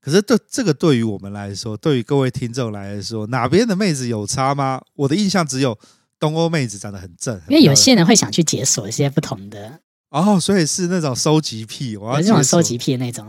可是对这个对于我们来说，对于各位听众来说，哪边的妹子有差吗？我的印象只有东欧妹子长得很正，很
因为有
漂亮
些人会想去解锁一些不同的，
哦，所以是那种收集癖，我要
有这种
解锁
收集癖的那种。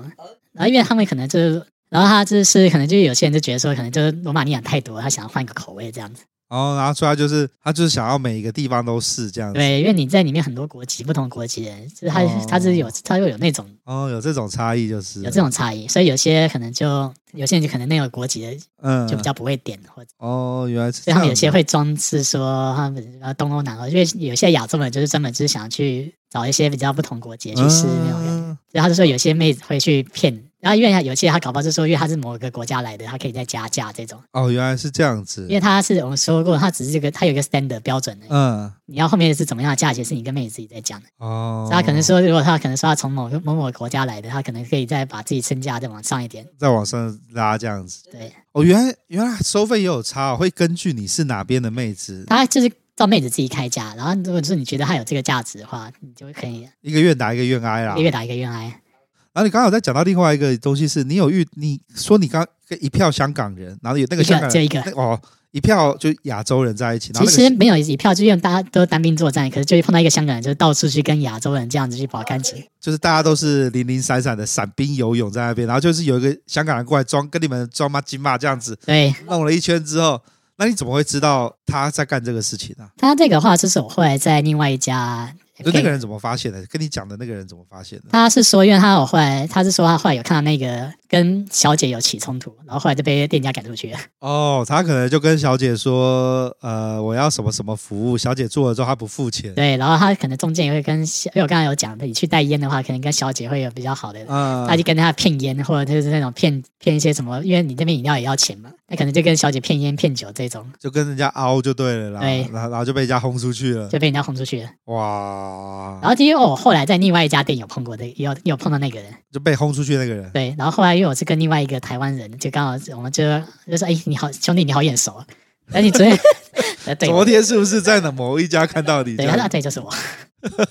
然后因为他们可能就是，然后他就是可能就有些人就觉得说，可能就是罗马尼亚太多，他想要换个口味这样子。
哦，然后所以他就是他就是想要每一个地方都是这样子。
对，因为你在里面很多国籍，不同国籍的人，就是他、
嗯哦
他是有他又有那种
哦，有这种差异就是
有这种差异，所以有些可能就有些人就可能那个国籍的
嗯
就比较不会点，或者
哦，原来是这
所以
样
他
子。
们有些会装饰说他们呃东欧南欧，因为有些亚洲人就是专门就是想要去找一些比较不同国籍的去试那种感觉。
嗯
然后他就说有些妹子会去骗，然后因为他有些他搞不好就说因为他是某个国家来的，他可以再加价这种，
哦，原来是这样子
因。为他是我们说过，他只是这个他有一个 standard 标准的，
嗯，
你要后面是怎么样的价钱是你跟妹子自己在讲的。
哦，
所以他可能说，如果他可能说他从某个某某国家来的，他可能可以再把自己身价再往上一点。
再往上拉这样子。
对，
哦，原来原来收费也有差、哦，会根据你是哪边的妹子，
他就是照妹子自己开价，然后如果说你觉得他有这个价值的话，你就可以
一个愿打一个愿挨啦。
一个月打一个愿挨。
然后你刚好在讲到另外一个东西是，你有遇你说你刚跟一票香港人，然后有那个
一
香
个
港
只有
人
一个，
那哦，一票就亚洲人在一起，然
其
后那
实
个
没有一票，就因为大家都单兵作战，可是就碰到一个香港人，就到处去跟亚洲人这样子去保
啊
感情。
就是大家都是零零散散的散兵游泳在那边，然后就是有一个香港人过来装跟你们装嘛金嘛这样子，
对，
弄了一圈之后，那你怎么会知道他在干这个事情呢、啊？
他这个话就是我后来在另外一家，
就那个人怎么发现的？跟你讲的那个人怎么发现的？
他是说，因为他有后来，他是说他后来有看到那个跟小姐有起冲突，然后后来就被店家赶出去了。
哦，他可能就跟小姐说，呃，我要什么什么服务，小姐做了之后她不付钱，
对，然后他可能中间也会跟小，因为我刚刚有讲的，你去带烟的话，可能跟小姐会有比较好的。
啊、
他就跟他骗烟，或者就是那种骗骗一些什么，因为你那边饮料也要钱嘛，那可能就跟小姐骗烟骗酒这种，
就跟人家凹就对了啦，
对
然后然后就被人家轰出去了，
就被人家轰出去了。
哇
然，后因为我后来在另外一家店有碰过的，也有也有碰到那个人，
就被轰出去那个人，
对，然后后来因为我是跟另外一个台湾人，就刚好我们就就说，哎、你好，兄弟，你好眼熟啊，哎，你昨天， [laughs] 呃对，
昨天是不是在哪某一家看到你这
对，他说啊
样？
对，就是我， [laughs]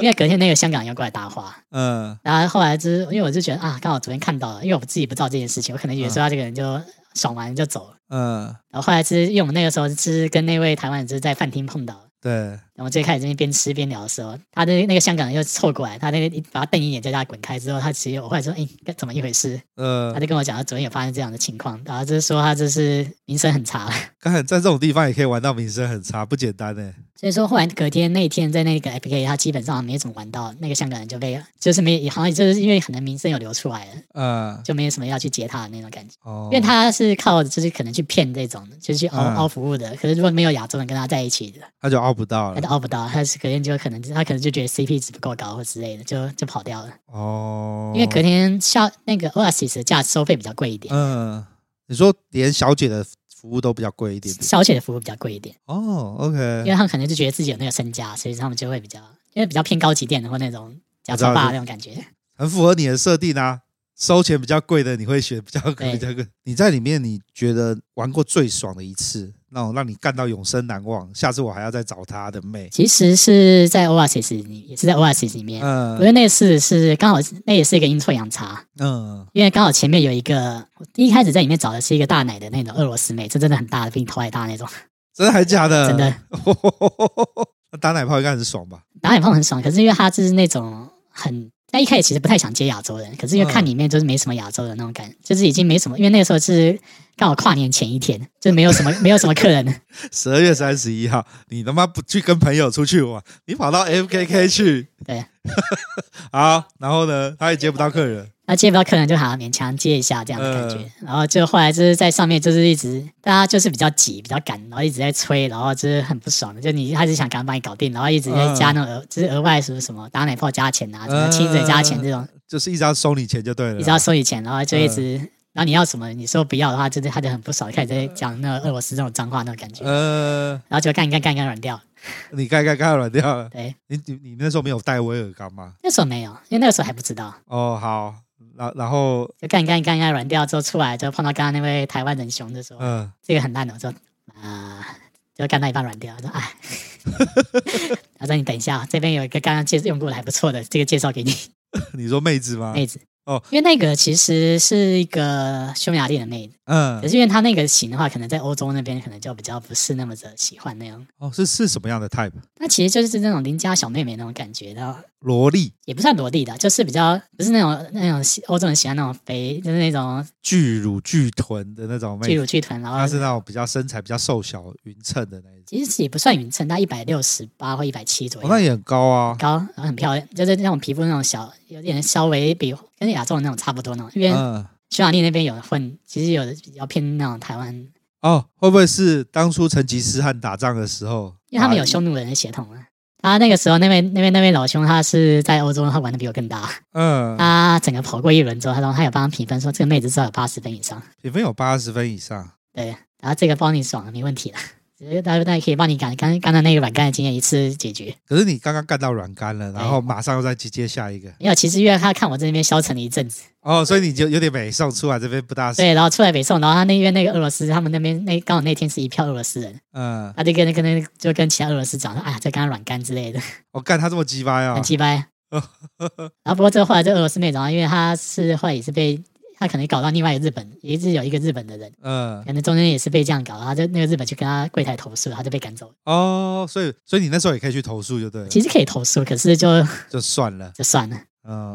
因为隔天那个香港人过来搭话，
嗯，
然后后来就是因为我就觉得啊，刚好昨天看到了，因为我自己不知道这件事情，我可能以为说他这个人就爽完就走了，
嗯，
然后后来是因为我们那个时候是跟那位台湾人就是在饭厅碰到。
对，
然后最开始这边边吃边聊的时候，他的那个香港人又凑过来，他那个一把他瞪一眼，叫他滚开之后，他其实我后来说，哎，该怎么一回事？他
呃，
就跟我讲，他昨天有发生这样的情况，然后就是说他就是名声很差，
刚才在这种地方也可以玩到名声很差，不简单欸呢、
所以说后来隔天那一天在那个 FK，他基本上没怎么玩到，那个香港人就被就是没好像就是因为可能名声有流出来了，
嗯，
就没有什么要去接他的那种感觉，
哦，
因为他是靠就是可能去骗这种就是去凹
嗯
凹服务的，可是如果没有亚洲人跟他在一起的，
他就凹不到
他
了
就，凹不到，他是隔天就可能他可能就觉得 CP 值不够高或之类的，就就跑掉了。
哦，
因为隔天下那个 Oasis 的价收费比较贵一点，
嗯，你说连小姐的服务都比较贵一点点
小姐的服务比较贵一点，
哦
因为
，OK，
他们可能就觉得自己有那个身家，所以他们就会比较因为比较偏高级店的或那种假
我知道
装吧
就
那种感觉。
很符合你的设定啊。收钱比较贵的，你会选比较 [laughs] 贵
对
比较贵。你在里面，你觉得玩过最爽的一次，那种让你干到永生难忘，下次我还要再找她的妹。
其实是在 Oasis 里，也是在 Oasis 里面。我
嗯
觉得那次是刚好，那也是一个阴错阳差，
嗯，
因为刚好前面有一个，我一开始在里面找的是一个大奶的那种俄罗斯妹，这真的很大的，比你头还大那种。
真的还假的？
真的。
[laughs] 那打奶泡应该很爽吧？
打野炮很爽，可是因为她就是那种很，她一开始其实不太想接亚洲人，可是因为看里面就是没什么亚洲人那种感觉，就是已经没什么，因为那个时候是刚好跨年前一天，就没有什么没有什么客人，
十二月三十一号，你他妈不去跟朋友出去玩，你跑到 FKK 去？
对。
好，然后呢，他也接不到客人。
那接不到客人就好像勉强接一下这样的感觉，然后就后来就是在上面就是一直大家就是比较挤比较赶，然后一直在催，然后就是很不爽，就你还是想赶快把你搞定，然后一直在加那种额、就是额外什么什么打奶泡加钱啊，什么亲嘴加钱这种，
就是一直要收你钱就对了。
一直要收你钱，然后就一直，然后你要什么，你说不要的话，就是他就很不爽，开始在讲那个俄罗斯这种脏话那种感觉，
呃，
然后就干干干干软掉。
你该该该软掉了。
对，
你你你那时候没有戴威尔刚吗？
那时候没有，因为那个时候还不知道，
哦，好，然然后
就干干干干软掉之后出来，就碰到刚刚那位台湾仁兄就说、
嗯， [laughs]
这个很烂的，我说啊、就干到一半软掉，我说 [laughs] 哎。他说：“你等一下，哦这边有一个刚刚介用过的还不错的，这个介绍给你
你说妹子吗？
妹子。
哦，
因为那个其实是一个匈牙利的妹子，可
嗯，
是因为她那个型的话，可能在欧洲那边可能就比较不是那么的喜欢那样。
哦，是是什么样的 type？
那其实就是那种邻家小妹妹那种感觉，然后
萝莉
也不算萝莉的，就是比较不是那种那种喜欧洲人喜欢那种肥，就是那种
巨乳巨臀的那种妹
巨
子，
乳巨臀，然啊
她
后
是那种比较身材比较瘦小匀称的那一种，
其实也不算匀称，大一百六十八或一百七左
哦
右，，
那也很高啊。
高，然后很漂亮，就是那种皮肤那种小，有点稍微比跟亚洲人那种差不多那种，因为
嗯，
匈牙利那边有混，其实有的比较偏那种台湾，
哦，会不会是当初成吉思汗打仗的时候？
因为他们有匈奴人的血统啊。他那个时候那位那边那位老兄，他是在欧洲，他玩的比我更大。
把，嗯，
他整个跑过一轮之后，他说他有帮他评分，说这个妹子至少有八十分以上。
评分有八十分以上。
对，然后这个帮你爽了，没问题了。直接他他可以帮你赶刚刚才那个软干的经验一次解决。
可是你刚刚干到软干了，然后马上又再去接下一个，
没有，其实因为他看我这边消沉了一阵子，
哦，所以你就有点美送出来，这边不大行。
对，然后出来北宋，然后他那边那个俄罗斯，他们那边那刚好那天是一票俄罗斯人，
嗯，
他就跟跟那就跟其他俄罗斯讲说，啊，这刚刚软干之类的，
我、干他这么鸡巴啊
很！鸡掰。
[laughs]
然后不过这个后来这俄罗斯妹长，因为她是后来也是被她可能搞到另外一个日本，也是有一个日本的人，
嗯，
可能中间也是被这样搞，然后就那个日本去跟他柜台投诉，他就被赶走了。
哦，所以所以你那时候也可以去投诉，就对了，
其实可以投诉，可是就
就算了。
就算了。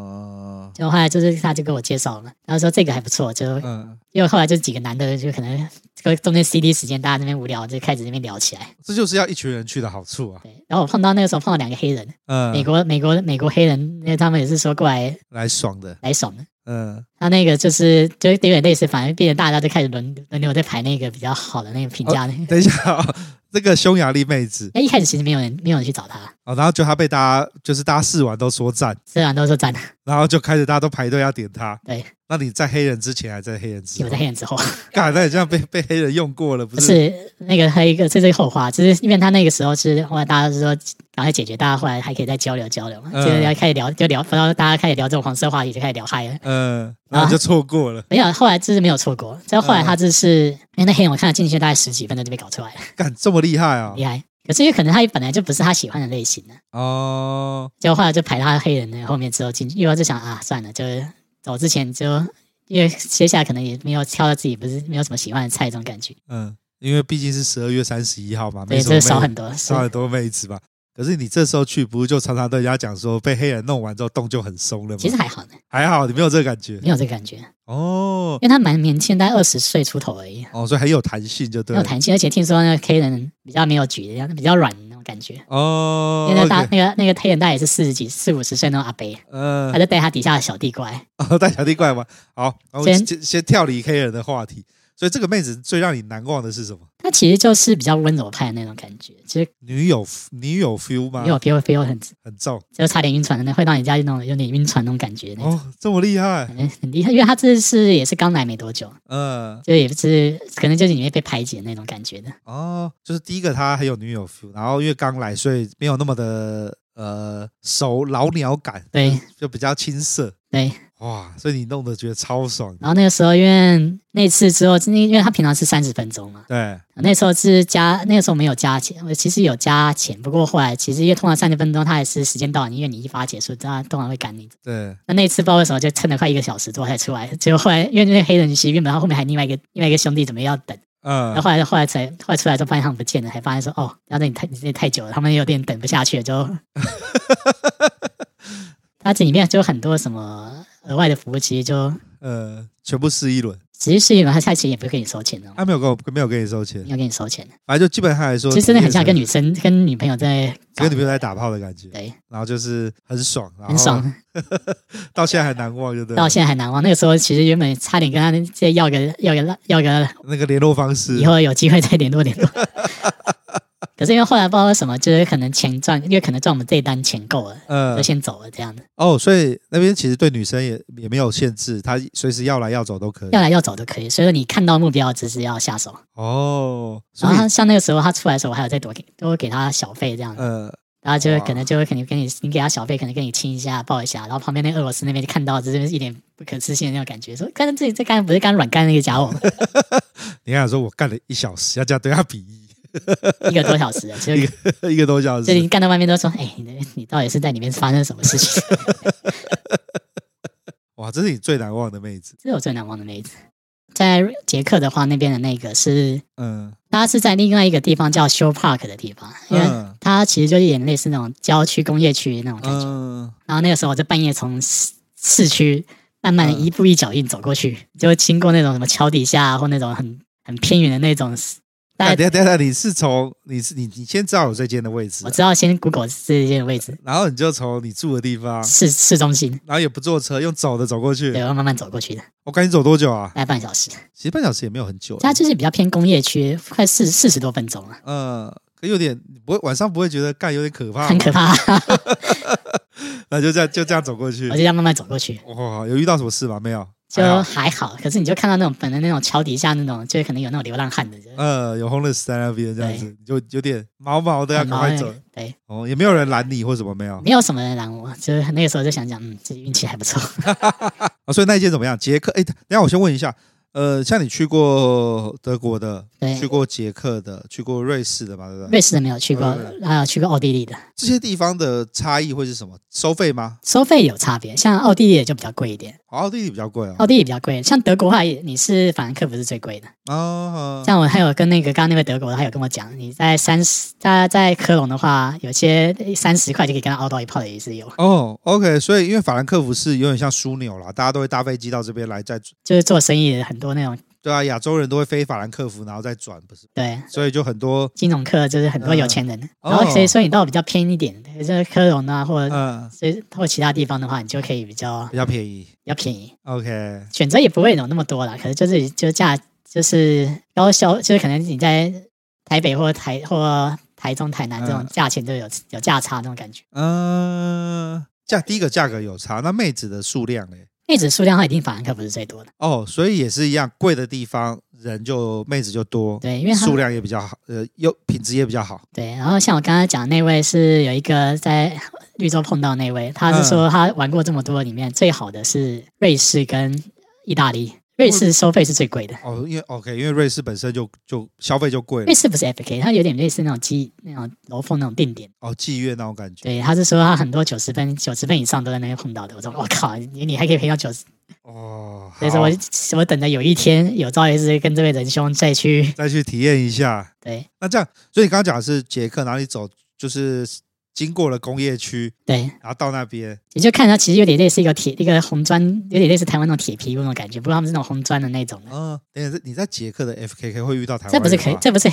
嗯
就后来就是他就给我介绍了，然后说这个还不错，就
嗯，
因为后来就几个男的就可能这个中间 CD 时间大家那边无聊就开始那边聊起来。
这就是要一群人去的好处啊。
对，然后我碰到那个时候碰到两个黑人，美
嗯，
国美国美国黑人，因为他们也是说过来
来爽的。
来爽的。
嗯，
他那个就是就有点类似，反正变成大家就开始轮轮流在排那个比较好的那个评价那个。
等一下、哦，这个匈牙利妹子
那、一开始其实没有人没有人去找他，
哦，然后就她被大家就是大家试完都说赞，
虽然都说赞，
然后就开始大家都排队要点她。
对，
那你在黑人之前还在黑人之
有
后
在？黑人之后，
干，那你这样被被黑人用过了，不
不
是？
是那个还有一个这是后话，就是因为他那个时候是后来大家就说赶快解决，大家后来还可以再交流交流嘛，
嗯
就是要开始聊就聊，然后大家开始聊这种黄色话题就开始聊嗨了。
嗯，然
啊
后就错过了。
没有，后来就是没有错过。再后来他就是，因为那黑人我看了进去大概十几分钟就被搞出来了，
干这么厉害啊！
厉害。可是因为可能他本来就不是他喜欢的类型啊的，
哦，
就后来就排他黑人的后面之后进去，因为我就想啊，算了，就是走之前就因为接下来可能也没有挑到自己不是没有什么喜欢的菜这种感觉，
嗯，因为毕竟是十二月三十一号嘛，
所以
没什么
这
妹
少很多。是
少很多妹子嘛。可是你这时候去，不是就常常对人家讲说，被黑人弄完之后洞就很松了吗？
其实还好呢，
还好，你没有这个感觉
没有这个感觉，
哦
因为他蛮年轻，大概二十岁出头而已，
哦，所以很有弹性就
没
对
有
了
弹性，而且听说那个黑人比较没有举的样子，比较软的那种感觉。
哦。
因为那大
OK，
那个那个黑人大概也是四十几、四五十岁那种阿伯，他
嗯，
就带他底下的小弟过来，
[laughs] 哦带小弟过来玩。好，那我们
先
先先跳离黑人的话题。所以这个妹子最让你难忘的是什么？
她其实就是比较温柔派的那种感觉，其实
女友女友 feel 吗
没？有 feel feel 很，
很重
就差点晕船的，那会让人家那种有点晕船那种感觉，那种
哦，这么厉害。
感觉很厉害。因为她这是也是刚来没多久，
嗯，
就也是可能就是里面被排挤的那种感觉的，
哦，就是第一个他很有女友 feel，然后因为刚来，所以没有那么的呃熟老鸟感，
对
就比较青涩。
对。
哇，所以你弄得觉得超爽的。
然后那个时候因为那次之后，因为她平常是三十分钟嘛，
对，
那时候是加那个时候没有加钱，我其实有加钱，不过后来其实因为通常三十分钟她也是时间到，因为你一发结束，她通常会赶你走。
对，
那那一次不知道为什么就撑了快一个小时之后才出来，结果后来因为那个黑人其实原本他后面还另外一个另外一个兄弟准备要等。然后
嗯，
后来后来才后来出来之后发现他们不见了，才发现说哦，然后你太你这也太久了，他们有点等不下去
[laughs]
了，就。它这里面就有很多什么额外的服务，其实就
呃，全部试一轮，
其实是因为它它其实也不会给你收钱的，
他、没有跟我没有跟你收钱
没，有给你收钱的。
反正就基本上来说，
其实真的很像跟
你
女生跟女朋友在搞
跟女朋友在打炮的感觉，
对，
然后就是很爽，然后
很爽，
到现在还难忘，就对了。
到现在还难忘。那个时候其实原本差点跟他再要个要个要个
那个联络方式
以，后有机会再联络联
[laughs]
络。可是因为后来不知道为什么，就是可能钱赚，因为可能赚我们这一单钱够了，
嗯
就，先走了这样的，
哦，所以那边其实对女生也也没有限制，她随时要来要走都可以
要。来要走都可以。所以说你看到目标，只是要下手。
哦，所
然
以
后他像那个时候他出来的时候，我还有再多给多给他小费这样，
呃，
然后就会
哇
可能就会可能跟你你给他小费，可能跟你亲一下抱一下，然后旁边那俄罗斯那边就看到，就是一脸不可置信的那种感觉，说刚刚这这刚才不是刚软干那个家伙吗
你看说我干了一小时，要这样对他比一
一个多小时了，就
一一个多小
就
时。
你干到外面都说，哎，你的你到底是在里面发生什么事情？
[laughs] 哇，这是你最难忘的妹子。
这是我最难忘的那一次。在捷克的话，那边的那个是
嗯，
它是在另外一个地方叫 Show Park 的地方，因为
嗯
它其实就有点类似那种郊区工业区那种感觉。
嗯，
然后那个时候我就半夜从市市区慢
嗯
慢的一步一脚印走过去，就经过那种什么桥底下啊或那种很很偏远的那种。
那
大概
等一下等一下，你是从你是你你先知道有这间的位置啊
我，知道先 Google 这些位置，
然后你就从你住的地方，
市市中心，
然后也不坐车，用走的走过
对，
去。
然后慢慢走过去的，
我赶紧走多久啊？
大概半小时。
其实半小时也没有很久欸。
它就是比较偏工业区，快四四十多分钟了，
嗯，可有点你不会晚上不会觉得干有点可怕吗，
很可怕。
[laughs] 那就这样就这样走过去
我就。这样慢慢走过去，
哇，有遇到什么事吗？没有，啊还
就
好
还好。可是你就看到那种本来那种桥底下那种，就是可能有那种流浪汉的，就
呃，有 homeless 在那边这样子，就有点毛毛的，要
很
啊赶
毛欸
快
那
走
个。对，
哦，也没有人拦你或什么没有
没有什么人拦我，就是那个时候就想想，嗯，自己运气还不错。
啊。所以那一间怎么样？捷克？哎，等一下我先问一下，呃，像你去过德国的，
对
去过捷克的，去过瑞士的嘛，对不对？
瑞士的没有去过，
嗯
还有去过奥地利的，
这些地方的差异会是什么？收费吗？
收费有差别。像奥地利的就比较贵一点，
哦奥地利比较贵哦。
奥地利比较贵。像德国话，你是法兰克福是最贵的。
哦，
像我还有跟那个刚刚那位德国的，还有跟我讲，你在三十，他在科隆的话，有些三十块就可以跟他熬到一泡的也是有，
哦，OK，所以因为法兰克福是有点像枢纽啦，大家都会搭飞机到这边来，再
就是做生意的很多那种
对啊，亚洲人都会飞法兰克福，然后再转，不是？
对。
所以就很多，
金融课就是很多有钱人，
嗯
然后所以
哦
所以你到比较偏一点，就是科隆啊，或
嗯、
者所以或其他地方的话，你就可以比较
比较便宜。
比较便宜，
OK，
选择也不会有那么多了。可是就是就价就是高消，就是可能你在台北或台或台中、台南这种
嗯
价钱就有有价差那种感觉。
嗯、价第一个价格有差，那妹子的数量嘞？
妹子数量的话，一定法兰克不是最多的，
哦，所以也是一样，贵的地方人就妹子就多，
对，因为他
数量也比较好，呃，又品质也比较好。
对。然后像我刚刚讲那位是有一个在绿洲碰到那位，他是
嗯
说他玩过这么多里面最好的是瑞士跟意大利，瑞士
嗯
收费是最贵的。
哦，因为 OK，因为瑞士本身就就消费就贵了
瑞，士不是 FK，它有点类似那种机那种楼凤那种定点。
哦，妓院那种感觉。
对，他是说他很多九十分、九十分以上都在那边碰到的。我说我靠，你你还可以陪到九十，
哦，
所以说
好
我我等着有一天有朝一日跟这位仁兄再去。
再去体验一下。
对
那这样，所以你刚刚讲的是捷克，哪里走就是经过了工业区，
对，
然后到那边，
你就看他其实有点类似一个铁一个红砖，有点类似台湾那种铁皮屋那种感觉，不过他们是那种红砖的那种的。
嗯，等一下你在捷克的 FKK 会遇到台湾
这
人吗，
不是可以，这不是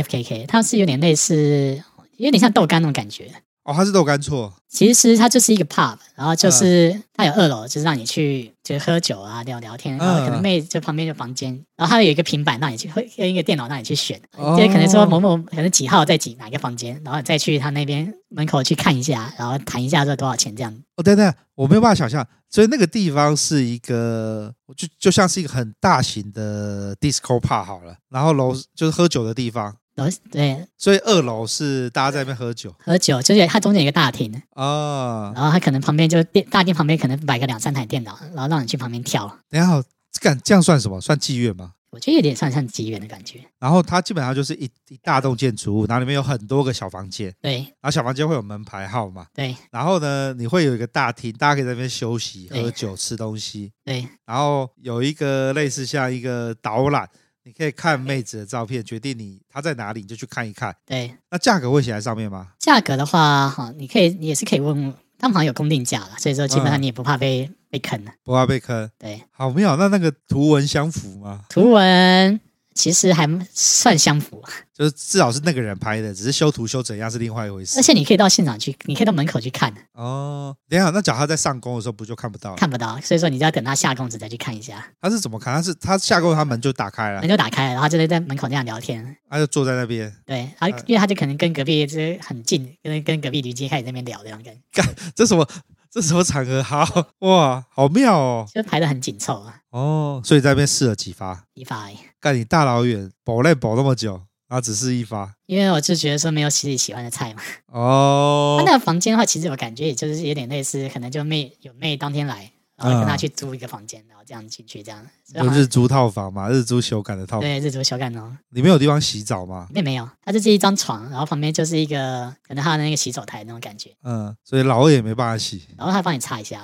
FKK，它是有点类似，有点像豆干那种感觉。
哦，它是豆干错，
其实它就是一个 pub，然后
嗯
就是它有二楼，就是让你去就是喝酒啊、聊聊天，然后
嗯
可能妹就旁边就房间，然后它有一个平板让你去，会跟一个电脑让你去选，
哦
就是可能说某某可能几号在几哪个房间，然后你再去他那边门口去看一下，然后谈一下这多少钱这样。
哦，等等，我没有办法想象，所以那个地方是一个，就就像是一个很大型的 disco pub 好了，然后楼就是喝酒的地方，
然后对
所以二楼是大家在那边喝酒
喝酒，就是它中间有一个大厅，
啊、哦。
然后它可能旁边就电大厅旁边可能摆个两三台电脑，然后让你去旁边跳，
等一下，干这样算什么？算妓院吗？
我觉得有点算像妓院的感觉。
然后它基本上就是一一大栋建筑物，然后里面有很多个小房间，
对
然后小房间会有门牌号嘛，
对
然后呢，你会有一个大厅，大家可以在那边休息、
对
喝酒、吃东西，
对，
然后有一个类似像一个导览，你可以看妹子的照片，决定你她在哪里，你就去看一看。
对，
那价格会写在上面吗？
价格的话，哈，你可以，你也是可以问，他们好像有公定价了，所以说基本上
嗯
你也不怕被、被坑了。
不怕被坑。
对，
好妙，那那个图文相符吗？
图文其实还算相符，
就是至少是那个人拍的，只是修图修怎样是另外一回事
而。且你可以到现场去，你可以到门口去看，
哦，等一下，那脚他在上工的时候不就看不到了？
看不到，所以说你就要等他下工时再去看一下。
他是怎么看？他是他下工，他门就打开了
门，就打开了，然后就在门口那样聊天。
他就坐在那边。
对，然
嗯
后因为他就可能跟隔壁就是很近，跟跟隔壁邻居开始在那边聊这样跟，
这什么？这什么场合？好哇，好妙哦！
就排的很紧凑啊，
哦，所以在那边试了几发，
一发而已。
干你大老远保累保那么久，然后只试一发。
因为我就觉得说没有自己喜欢的菜嘛。
哦
他，那个房间的话，其实我感觉也就是有点类似，可能就妹有妹当天来，然后跟他去租一个房间，然后这样进去这样。所以
就
好像
日租套房嘛，日租修改的套房，
对日租小干哦，
里面有地方洗澡嘛，
那没有，它就是一张床，然后旁边就是一个可能他的那个洗手台那种感觉，啊
嗯，所以老二也没办法洗。 [laughs]
然后他帮你擦一下，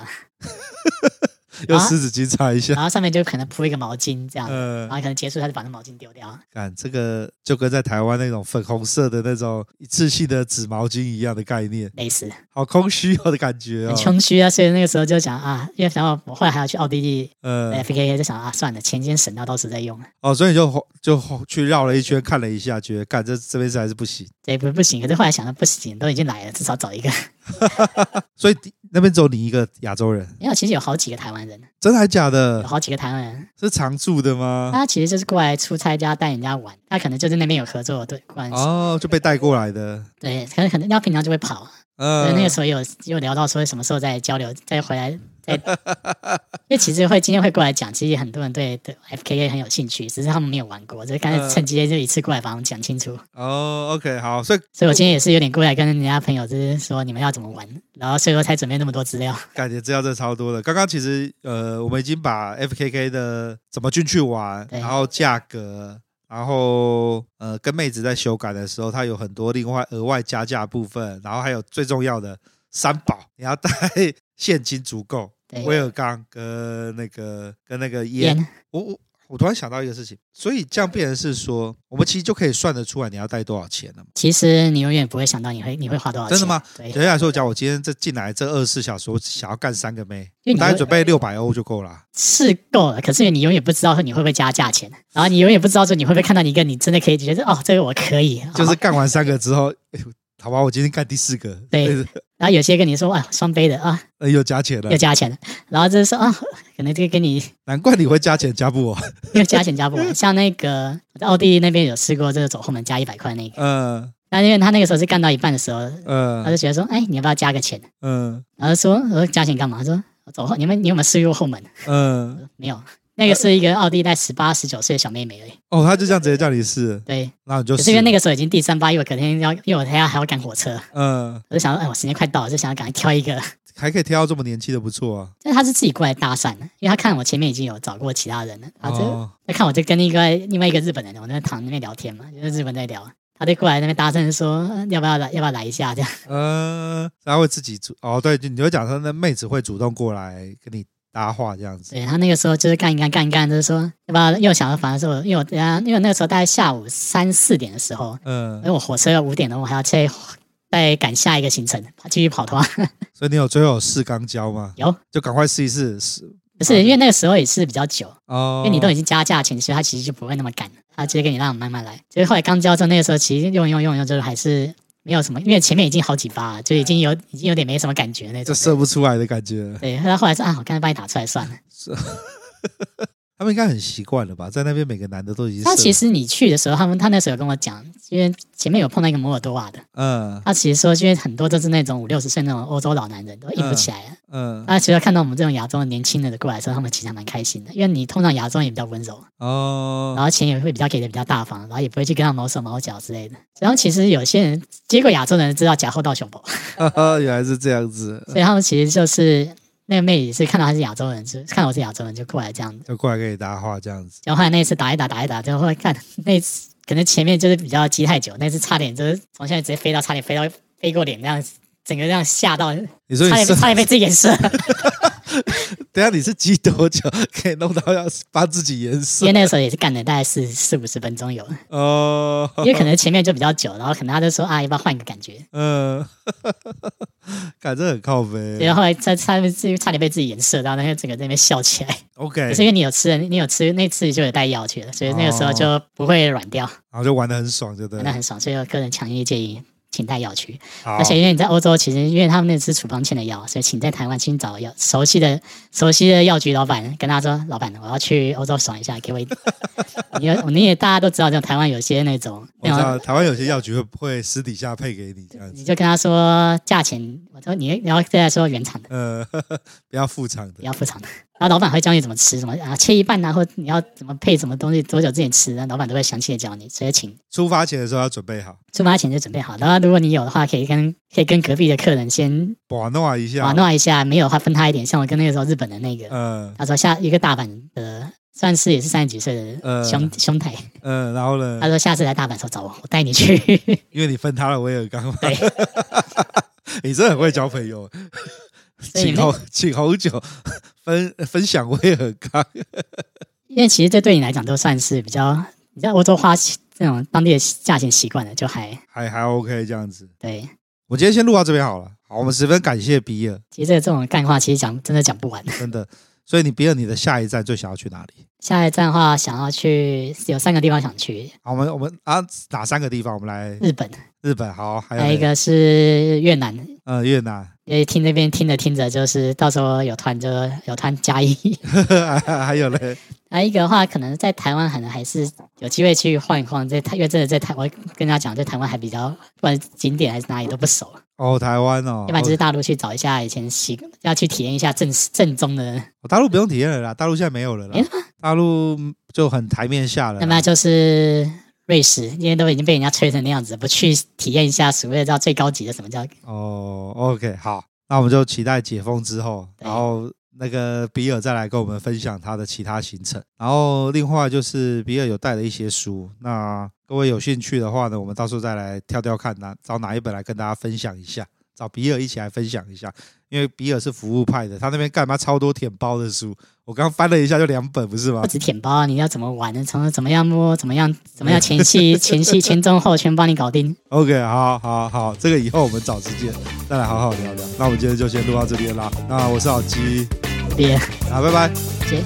用湿纸巾擦一下。
然后上面就可能铺一个毛巾这样，
呃
然，后可能结束他就把那毛巾丢掉。
看这个就跟在台湾那种粉红色的那种一次性的纸毛巾一样的概念，
类似
好空虚哦的感觉
很
哦。
空虚啊，所以那个时候就想啊，因为想到我后来还要去奥地利
呃，
FKK，就想啊，算了，钱先省到到时再用。
哦，所以你就就去绕了一圈，看了一下，觉得干这这边实在是不行，
对，不不行。可是后来想到不行，都已经来了，至少找一个。 [laughs]
所以那边只有你一个亚洲人，
因为其实有好几个台湾人，
真的还假
有
的？
好几个台湾人，
是常住的吗？
他其实就是过来出差加带人家玩，他可能就是那边有合作的对关系，
哦，就被带过来的。
对，可能可能他平常就会跑。啊所
呃
以，那个时候有有聊到说什么时候再交流，再回来
[laughs]
再，因为其实会今天会过来讲，其实很多人对对 FKA 很有兴趣，只是他们没有玩过，就干脆
嗯
趁今天就一次过来把他们讲清楚。
哦，OK，好，所以
所以我今天也是有点过来跟人家朋友就是说你们要怎么玩，然后所以说才准备那么多资料。
感觉资料真的超多的。刚刚其实呃，我们已经把 FKK 的怎么进去玩，
对
然后价格，然后呃，跟妹子在修改的时候，它有很多另外额外加价部分，然后还有最重要的三宝，你要带现金足够，
对
威尔刚跟那个跟那个烟。
烟
我我我突然想到一个事情，所以这样变成是说，我们其实就可以算得出来你要带多少钱了嘛。
其实你永远不会想到你会你会花多少钱，
真的吗？
对，
简单来说，假如我今天这进来这二十四小时，我想要干三个妹，
因为你
大概
会
准备六百欧就够了啊。
是够了，可是你永远不知道说你会不会加价钱，然后你永远不知道说你会不会看到你一个你真的可以觉得哦，这个我可以，
就
好
是干完三个之后，哎呦好吧，我今天干第四个，[laughs]
对
类似，
然后有些跟你说哇双杯的啊
呃又加钱了
又，加钱了，然后就是说啊可能这个跟你
难怪你会加钱加
[laughs]
不完。
因为加钱加不
[laughs]
完，像那个我在奥地利那边有试过，就是走后门加一百块那个，
嗯
但因为他那个时候是干到一半的时候，他
嗯
就觉得说哎你要不要加个钱？
嗯
然后说我说加钱干嘛？他说我走后你们你有没有试过后门？
嗯，
没有，那个是一个奥地利在十八十九岁的小妹妹而已，
哦，他就这样直接叫你试，
对，
那你就
可是因为那
个，
个时候已经第三八，因为我肯定要因为我还要还要赶火车。
嗯，
我就想说，哎，我时间快到了，就想要赶快挑一个。
还可以挑到这么年轻的，不错啊。
但是他是自己过来搭讪的，因为他看我前面已经有找过其他人了，他就
哦，
他看我就跟另外另外一个日本人，我们在躺那边聊天嘛，就是日本在聊，他就过来那边搭讪说，呃要不要来，要不要来一下这样。
嗯，然后会自己主，哦，对，就你会讲说那妹子会主动过来跟你搭话这样子，
对他那个时候就是干一干干一干，就是说要不要又想要，反正是我因为我等下因为那个时候大概下午三四点的时候，因
嗯，
为我火车要五点了，我还要再再赶下一个行程，继续跑的话， [laughs]
所以你有最后有试钢胶吗？
有，
就赶快试一试，试
不是因为那个时候也是比较久，
哦，
因为你都已经加价钱，所以他其实就不会那么赶，他直接给你让你慢慢来。其实后来刚交之后，那个时候其实用用用用，就是还是没有什么，因为前面已经好几发了，就已经有已经有点没什么感觉那
就
种。
射不出来的感觉，
对，他后来说啊，我干脆帮你打出来算了。
他们应该很习惯了吧？在那边每个男的都已经射
但
了，
其实你去的时候，他们他那时候有跟我讲，因为前面有碰到一个摩尔多瓦的，
嗯
他其实说，因为很多都是那种五六十岁那种欧洲老男人都硬不起来了。啊
嗯，
他其实看到我们这种亚洲的年轻人的过来的时候，他们其实还蛮开心的，因为你通常亚洲人也比较温柔，
哦 [laughs]
然，后钱也会比较给的比较大方，然后也不会去跟他毛手毛脚之类的。然后其实有些人接过亚洲人知道假货到熊包，
原来是这样子，
所以他们其实就是那个妹也是看到他是亚洲人，就看到我是亚洲人就过来这样子。
就过来跟你搭话这样子。
然后后来那一次打一打打一打，就后来看那次可能前面就是比较积太久，那次差点就是从现在直接飞到差点飞到飞过脸这样子。整个这样吓到，差
你说你
点
射，
差点被自己给射，
等一下你是积多久可以弄到要把自己颜
因
色
为？那个时候也是干了大概四四五十分钟有
[laughs]
了，
哦，
因为可能前面就比较久，然后可能他就说啊，要不要换个感觉？
嗯， [laughs]
啊
感觉很靠
对，
背。
后来在差点自己差点被自己颜射到，然后整个在那边笑起来。
OK，
可是因为你有吃了，你有吃那次就有带药去了，所以那个时候就不会软掉，
然后就玩的很爽，就对
那
了。
很爽。所以我个人强烈建议。请带药去，
好
而，且因为你在欧洲，其实因为他们那是处方签的药，所以请在台湾先找药熟悉的熟悉的药局老板，跟他说：“老板，我要去欧洲爽一下，给我一。”你要你也大家都知道，就台湾有些那种
我知
那种
道台湾有些药局会会私底下配给你这样
你
子，
就跟他说价钱，我说你然后再说原厂的，
呃， [laughs] 不要副厂
嗯不
的。
要复常的。然后老板会教你怎么吃，怎么啊切一半啊，或你要怎么配什么东西，多久之前吃，那老板都会详细的教你。所以请
出发前的时候要准备好，
出发前就准备好。然后如果你有的话，可以跟可以跟隔壁的客人先
把弄一
玩
下。
弄一下，没有的话分他一点。像我跟那个时候日本的那个，
嗯
他说下一个大阪的，算是也是三十几岁
呃
的兄兄弟，
嗯，然后呢
他？说下次来大阪的时候找我，我带
[laughs]
你去。
因为你分他了威尔刚嘛
对。
你真的很会交朋友。
[laughs] 所以
请好请好久，分分享我也很高。
因为其实这对你来讲都算是比较你在欧洲花这种当地的价钱习惯了，就还
[laughs] 还还 OK 这样子。
对。
我今天先录到这边好了。好，我们十分感谢比尔，
其实这种干话其实讲真的讲不完。
真的。所以你比尔，你的下一站最想要去哪里？
下一站的话，想要去有三个地方想去：
好，我们我们啊哪三个地方？我们来
日本，
日本，好， [laughs] 还有
还有一
嘞
个是越南。
呃越南， [laughs]
因为听这边听着听着，就是到时候有团就有团加一。
还有嘞
还啊有一个的话，可能在台湾可能还是有机会去晃一晃。在台，因为真的在台，我跟大家讲，在台湾还比较，不管是景点还是哪里都不熟，
哦台湾哦
要不，然就是大陆去找一下以前习，要去体验一下正正宗的。
哦大陆不用体验了啦，大陆现在没有了啦
没，
大陆就很台面下了
要么
啦。
就是瑞士，因为都已经被人家吹成那样子，不去体验一下所谓的叫最高级的什么叫
哦，OK，好，那我们就期待解封之后，
对
然后。那个比尔再来跟我们分享他的其他行程，然后另外就是比尔有带了一些书，那各位有兴趣的话呢，我们到时候再来跳跳看哪找哪一本来跟大家分享一下，找比尔一起来分享一下，因为比尔是服务派的，他那边干嘛超多舔包的书，我刚翻了一下就两本不是吗
[laughs] 不？止舔包，啊你要怎么玩呢？从怎么样摸，怎么样，怎么样前戏、前戏、前中后全帮你搞定。
OK，好好好，这个以后我们找时间再来好好聊聊。那我们今天就先录到这边啦。那我是老鸡，
别
啊，拜拜。
接。